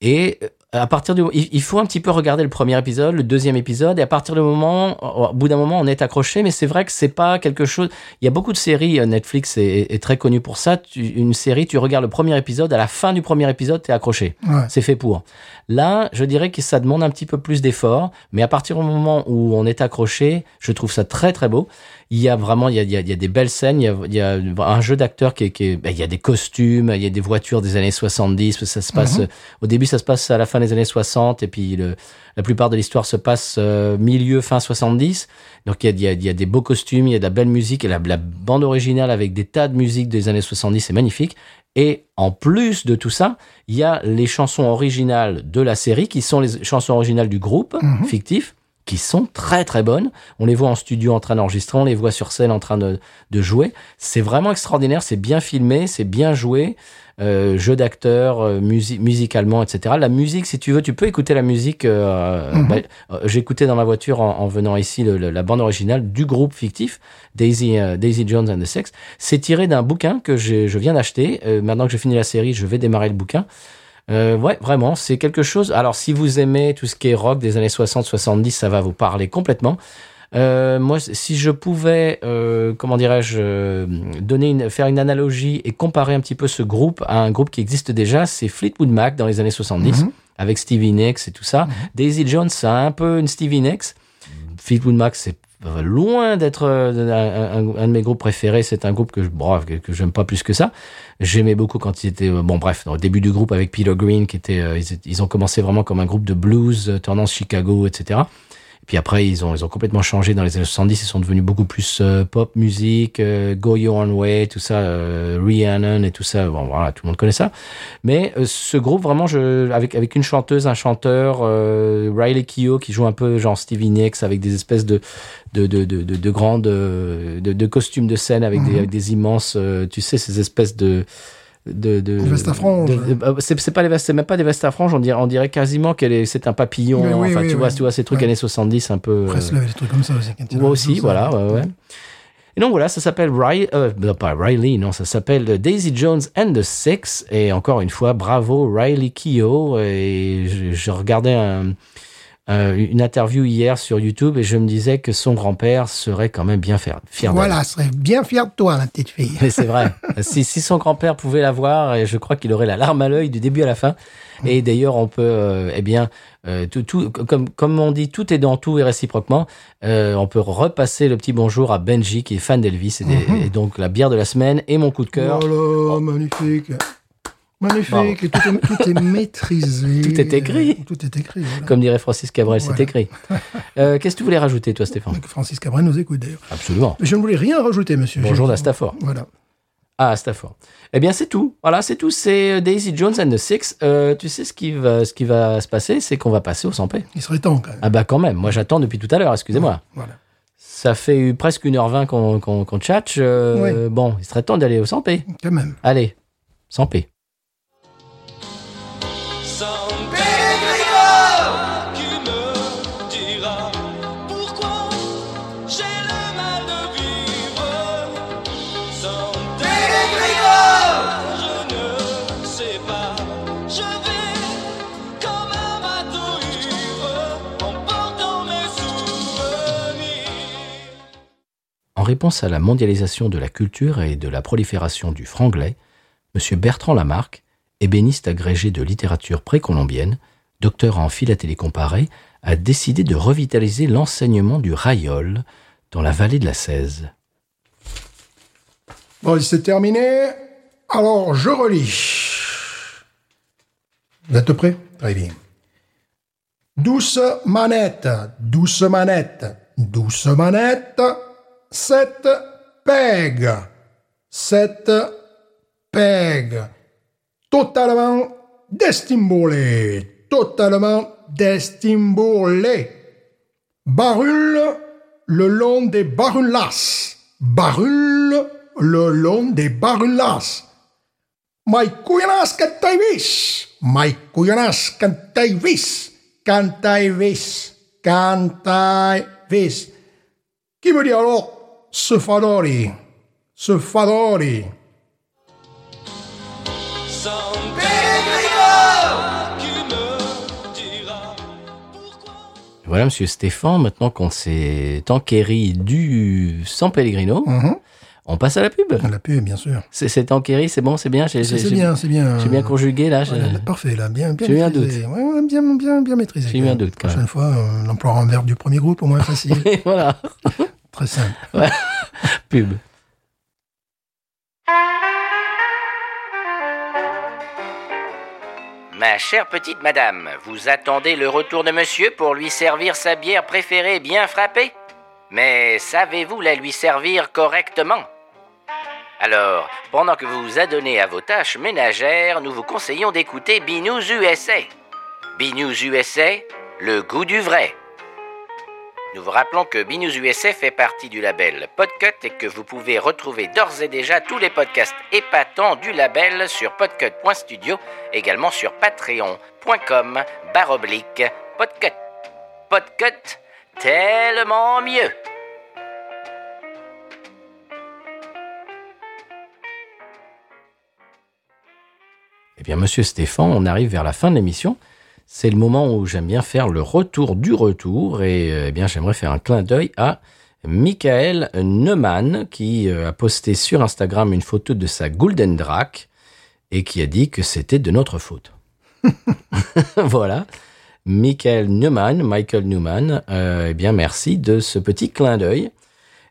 Et euh, à partir du, il il faut un petit peu regarder le premier épisode, le deuxième épisode, et à partir du moment, au au bout d'un moment, on est accroché. Mais c'est vrai que c'est pas quelque chose. Il y a beaucoup de séries. euh, Netflix est, est- est très connu pour ça. Tu- une série, tu regardes le premier épisode, à la fin du premier épisode, t'es accroché.
Ouais.
C'est fait pour. Là, je dirais que ça demande un petit peu plus d'effort, mais à partir du moment où on est accroché, je trouve ça très très beau. Il y a vraiment, il y a, il y a- il y a des belles scènes, il y a, il y a un jeu d'acteurs qui est, qui est- ben, il y a des costumes, il y a des voitures des années 70, ça se passe, euh, au début ça se passe à la fin des années 60, et puis le, la plupart de l'histoire se passe euh, milieu, fin 70. Donc il y, a, il y a- il y a des beaux costumes, il y a de la belle musique, et la, la bande originale avec des tas de musiques des années 70, c'est magnifique. Et en plus de tout ça, il y a les chansons originales de la série, qui sont les chansons originales du groupe fictif, qui sont très très bonnes. On les voit en studio en train d'enregistrer, on les voit sur scène en train de, de jouer. C'est vraiment extraordinaire, c'est bien filmé, c'est bien joué, euh, jeu d'acteur, euh, musi- musicalement, etc. La musique, si tu veux, tu peux écouter la musique. euh,
Mhm.
bah, euh, J'écoutais dans ma voiture en, en venant ici le- le- la bande originale du groupe fictif Daisy, euh, Daisy Jones and the Sex. C'est tiré d'un bouquin que j'ai- je viens d'acheter. Euh, maintenant que j'ai fini la série, je vais démarrer le bouquin. Euh, ouais, vraiment, c'est quelque chose. Alors, si vous aimez tout ce qui est rock des années 60-70, ça va vous parler complètement. Euh, moi, si je pouvais, euh, comment dirais-je, euh, donner une, faire une analogie et comparer un petit peu ce groupe à un groupe qui existe déjà, c'est Fleetwood Mac dans les années 70,
Mhm.
avec Stevie Nicks et tout ça. Daisy Jones, c'est un peu une Stevie Nicks. Fleetwood Mac, c'est euh, loin d'être euh, un, un- un de mes groupes préférés. C'est un groupe que je brave, que, que j'aime pas plus que ça. J'aimais beaucoup quand ils étaient, euh, bon bref, dans le début du groupe avec Peter Green, qui était, euh, ils, étaient- ils ont commencé vraiment comme un groupe de blues, euh, tendance Chicago, etc. Puis après, ils ont, ils ont complètement changé dans les années 70. Ils sont devenus beaucoup plus euh, pop musique, euh, Go Your Own Way, tout ça, euh, Rhiannon et tout ça. Bon, voilà, tout le monde connaît ça. Mais euh, ce groupe, vraiment, je, avec, avec une chanteuse, un chanteur, euh, Riley Keough, qui joue un peu genre Stevie Nicks, avec des espèces de, de, de, de, de, de grandes, euh, de, de costumes de scène, avec,
Mhm.
des, avec des immenses, euh, tu sais, ces espèces de. De, de,
Des vestes à franges.
de- de- euh, c'est c'est pas les vestes, c'est même pas des vestes à franges. On dirait, on dirait quasiment qu'elle est, c'est un papillon.
Mais oui,
enfin,
oui,
tu
oui.
vois, tu vois ces trucs
Ouais.
années 70 un peu. euh,
Presley, des trucs comme ça aussi. quand il
moi
a-
aussi,
ça,
voilà, ouais, ouais. Et donc voilà, ça s'appelle Riley, euh, non, pas Riley, non, ça s'appelle Daisy Jones and the Six. Et encore une fois, bravo Riley Keough. Et je, je regardais un- un- une interview hier sur YouTube et je me disais que son grand-père serait quand même bien fier, fier d'elle.
Voilà, serait bien fier de toi, la petite fille.
Mais c'est vrai. si, si son grand-père pouvait la voir, et je crois qu'il aurait la larme à l'œil du début à la fin.
Mm.
Et d'ailleurs, on peut, euh, eh bien, euh, tout, tout, comme, comme on dit, tout est dans tout et réciproquement. euh, on peut repasser le petit bonjour à Benji qui est fan d'Elvis et, des- et donc la bière de la semaine et mon coup de cœur.
Mm-hmm. Voilà, magnifique. Magnifique, et tout est, tout est maîtrisé.
Tout est écrit.
Tout est écrit. voilà.
Comme dirait Francis Cabrel, c'est
Voilà.
écrit. Euh, Qu'est-ce que tu voulais rajouter, toi, Stéphane
Que Francis Cabrel nous écoute d'ailleurs.
Absolument.
Je ne voulais rien rajouter, monsieur.
Bonjour
J'ai-
d'Astafor.
Voilà.
Ah, Stafford. Eh bien, c'est tout. Voilà, c'est tout. C'est euh, Daisy Jones and the Six. Euh, tu sais ce qui va, ce qui va se passer, c'est qu'on va passer au 100p.
Il serait temps quand même.
Ah bah quand même, moi j'attends depuis tout à l'heure, excusez-moi.
Voilà.
Ça fait presque 1h20 qu'on qu'on qu'on tchatche. euh, Bon, il serait temps d'aller au 100p.
Quand même.
Allez, 100p.
Sans Grégoire qui me dira pourquoi j'ai le mal de vivre. Sans Grégoire, je ne sais pas. Je vais comme un bateau ivre en portant mes souvenirs.
En réponse à la mondialisation de la culture et de la prolifération du franglais, M. Bertrand Lamarck, ébéniste agrégé de littérature précolombienne, docteur en philatélie comparée, a décidé de revitaliser l'enseignement du rayol dans la vallée de la Cèze.
Bon, c'est terminé. Alors, je relis. Vous êtes prêts Très bien. Douce manette, douce manette, douce manette, sept pegs, sept pegs, totalement destimbolé, totalement destimbolé. Barule le long des barulas. Barule le long des barulas. Mai cuinas cantaivis. Mai cuinas cantaivis. Cantaivis. Cantaivis. Qui veut dire alors ce fadori? Ce fadori.
Sans Grégoire qui me dira pourquoi.
Voilà, Monsieur Stéphane, maintenant qu'on s'est enquéri du San Pellegrino,
Mhm.
on passe à la pub.
Ah, La pub, bien sûr.
C'est c'est enquéri, c'est bon, c'est bien. j'ai-
C'est
j'ai-
c'est
j'ai-
bien, c'est bien.
J'ai bien conjugué là. j'ai-
Voilà, là, parfait, là, bien, bien
J'ai eu un
maîtrisé. Ouais, ouais, bien, bien, bien maîtrisé.
J'ai eu un doute, quand
La prochaine fois, euh, on emploiera un verbe du premier groupe, au moins facile.
Et voilà,
Très simple.
pub.
Ma chère petite madame, vous attendez le retour de monsieur pour lui servir sa bière préférée bien frappée Mais savez-vous la lui servir correctement Alors, pendant que vous vous adonnez à vos tâches ménagères, nous vous conseillons d'écouter Binous USA. Binous USA, le goût du vrai. Nous vous rappelons que Binous USA fait partie du label Podcut et que vous pouvez retrouver d'ores et déjà tous les podcasts épatants du label sur podcut.studio, également sur patreon.com baroblique podcut. Podcut, tellement mieux
Et Eh bien, monsieur Stéphane, on arrive vers la fin de l'émission. C'est le moment où j'aime bien faire le retour du retour. Et euh, eh bien, j'aimerais faire un clin d'œil à Michael Neumann, qui euh, a posté sur Instagram une photo de sa Golden Drac et qui a dit que c'était de notre faute. voilà. Michael Neumann, Michael Newman, euh, eh bien, merci de ce petit clin d'œil.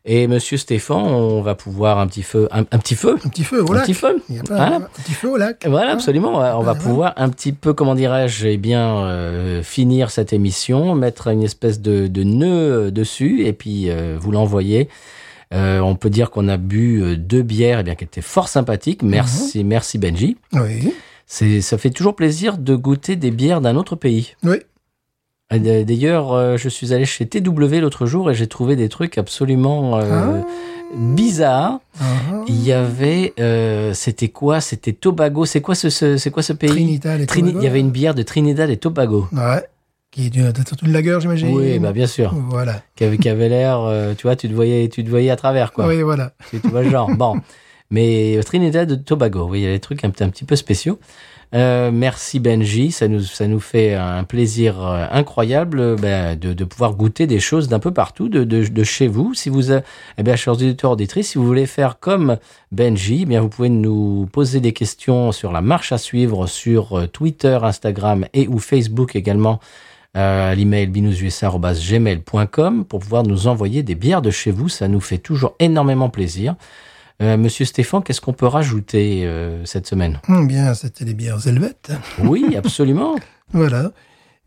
Et monsieur Stéphane, on va pouvoir un petit feu, un, un petit feu,
Un petit feu au lac.
un petit feu.
Il y a pas
Hein
un petit feu au lac.
Voilà,
Hein
absolument. On va
Ouais, ouais.
pouvoir un petit peu, comment dirais-je, eh bien, euh, finir cette émission, mettre une espèce de, de nœud euh, dessus et puis euh, vous l'envoyer. Euh, on peut dire qu'on a bu euh, deux bières, eh bien, qui étaient fort sympathiques. Merci, merci Benji.
Oui.
C'est, ça fait toujours plaisir de goûter des bières d'un autre pays.
Oui.
Et d'a- D'ailleurs, euh, je suis allé chez TW l'autre jour et j'ai trouvé des trucs absolument euh, bizarres.
Ah,
Il y avait, euh, c'était quoi C'était Tobago. C'est quoi ce, ce- c'est quoi ce pays
Trinidad et
Trini-
Tobago.
Il y avait une bière de Trinidad et Tobago.
Ouais. Qui est d'une toute lagueur, j'imagine.
Oui, bah bien sûr.
Voilà.
Qui avait, qui avait l'air, euh, tu vois, tu te voyais, tu te voyais à travers quoi.
Oui, voilà.
Tu, tu vois le genre. Bon, mais Trinidad et Tobago, oui, il y a des trucs un, petit- un petit peu spéciaux. Euh, merci Benji, ça nous, ça nous fait un plaisir euh, incroyable euh, ben, de, de pouvoir goûter des choses d'un peu partout, de, de, de chez vous. Si vous, euh, eh bien, chers auditeurs auditrices, si vous voulez faire comme Benji, eh bien, vous pouvez nous poser des questions sur la marche à suivre sur euh, Twitter, Instagram et ou Facebook également euh, à l'email binoususa.gmail.com pour pouvoir nous envoyer des bières de chez vous. Ça nous fait toujours énormément plaisir. Euh, Monsieur Stéphane, qu'est-ce qu'on peut rajouter euh, cette semaine
Hum, bien, c'était des bières helvètes.
Oui, absolument.
Voilà.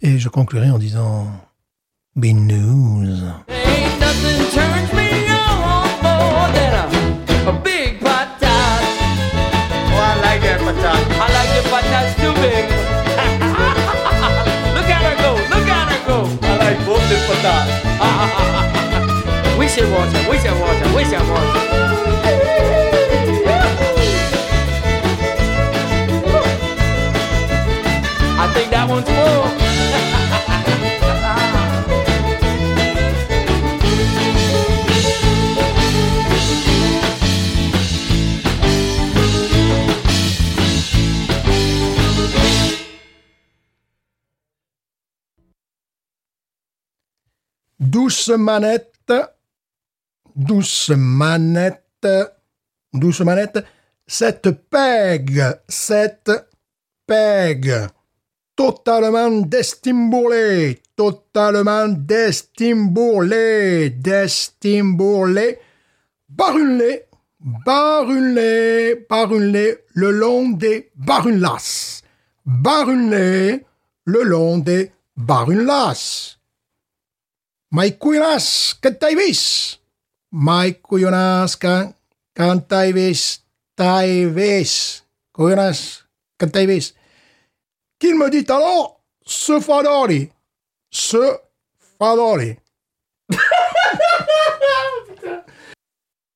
Et je conclurai en disant Be News.
Ain't nothing turns me on more than a, a big patat. Oh, I like that patat. I like the patats too big. look at her go, look at her go. I like both the patats. we should watch her, we should watch her, we should watch her. I think that one's full.
Douce manette. Douce manette. Douce manette. Cette peg. Cette peg. Totalement destimbourlée. Totalement destimbourlée. Destimbourlée. Barunlée. Barunlée. Barunlée. Le long des barunlas. Barunlée. Le long des barunlas. Maikkuinas kantaivis. Maikkuinas kan kantaivis taivis. Kuinas kantaivis. Qu'il me dit alors ce fadori. Ce fadori.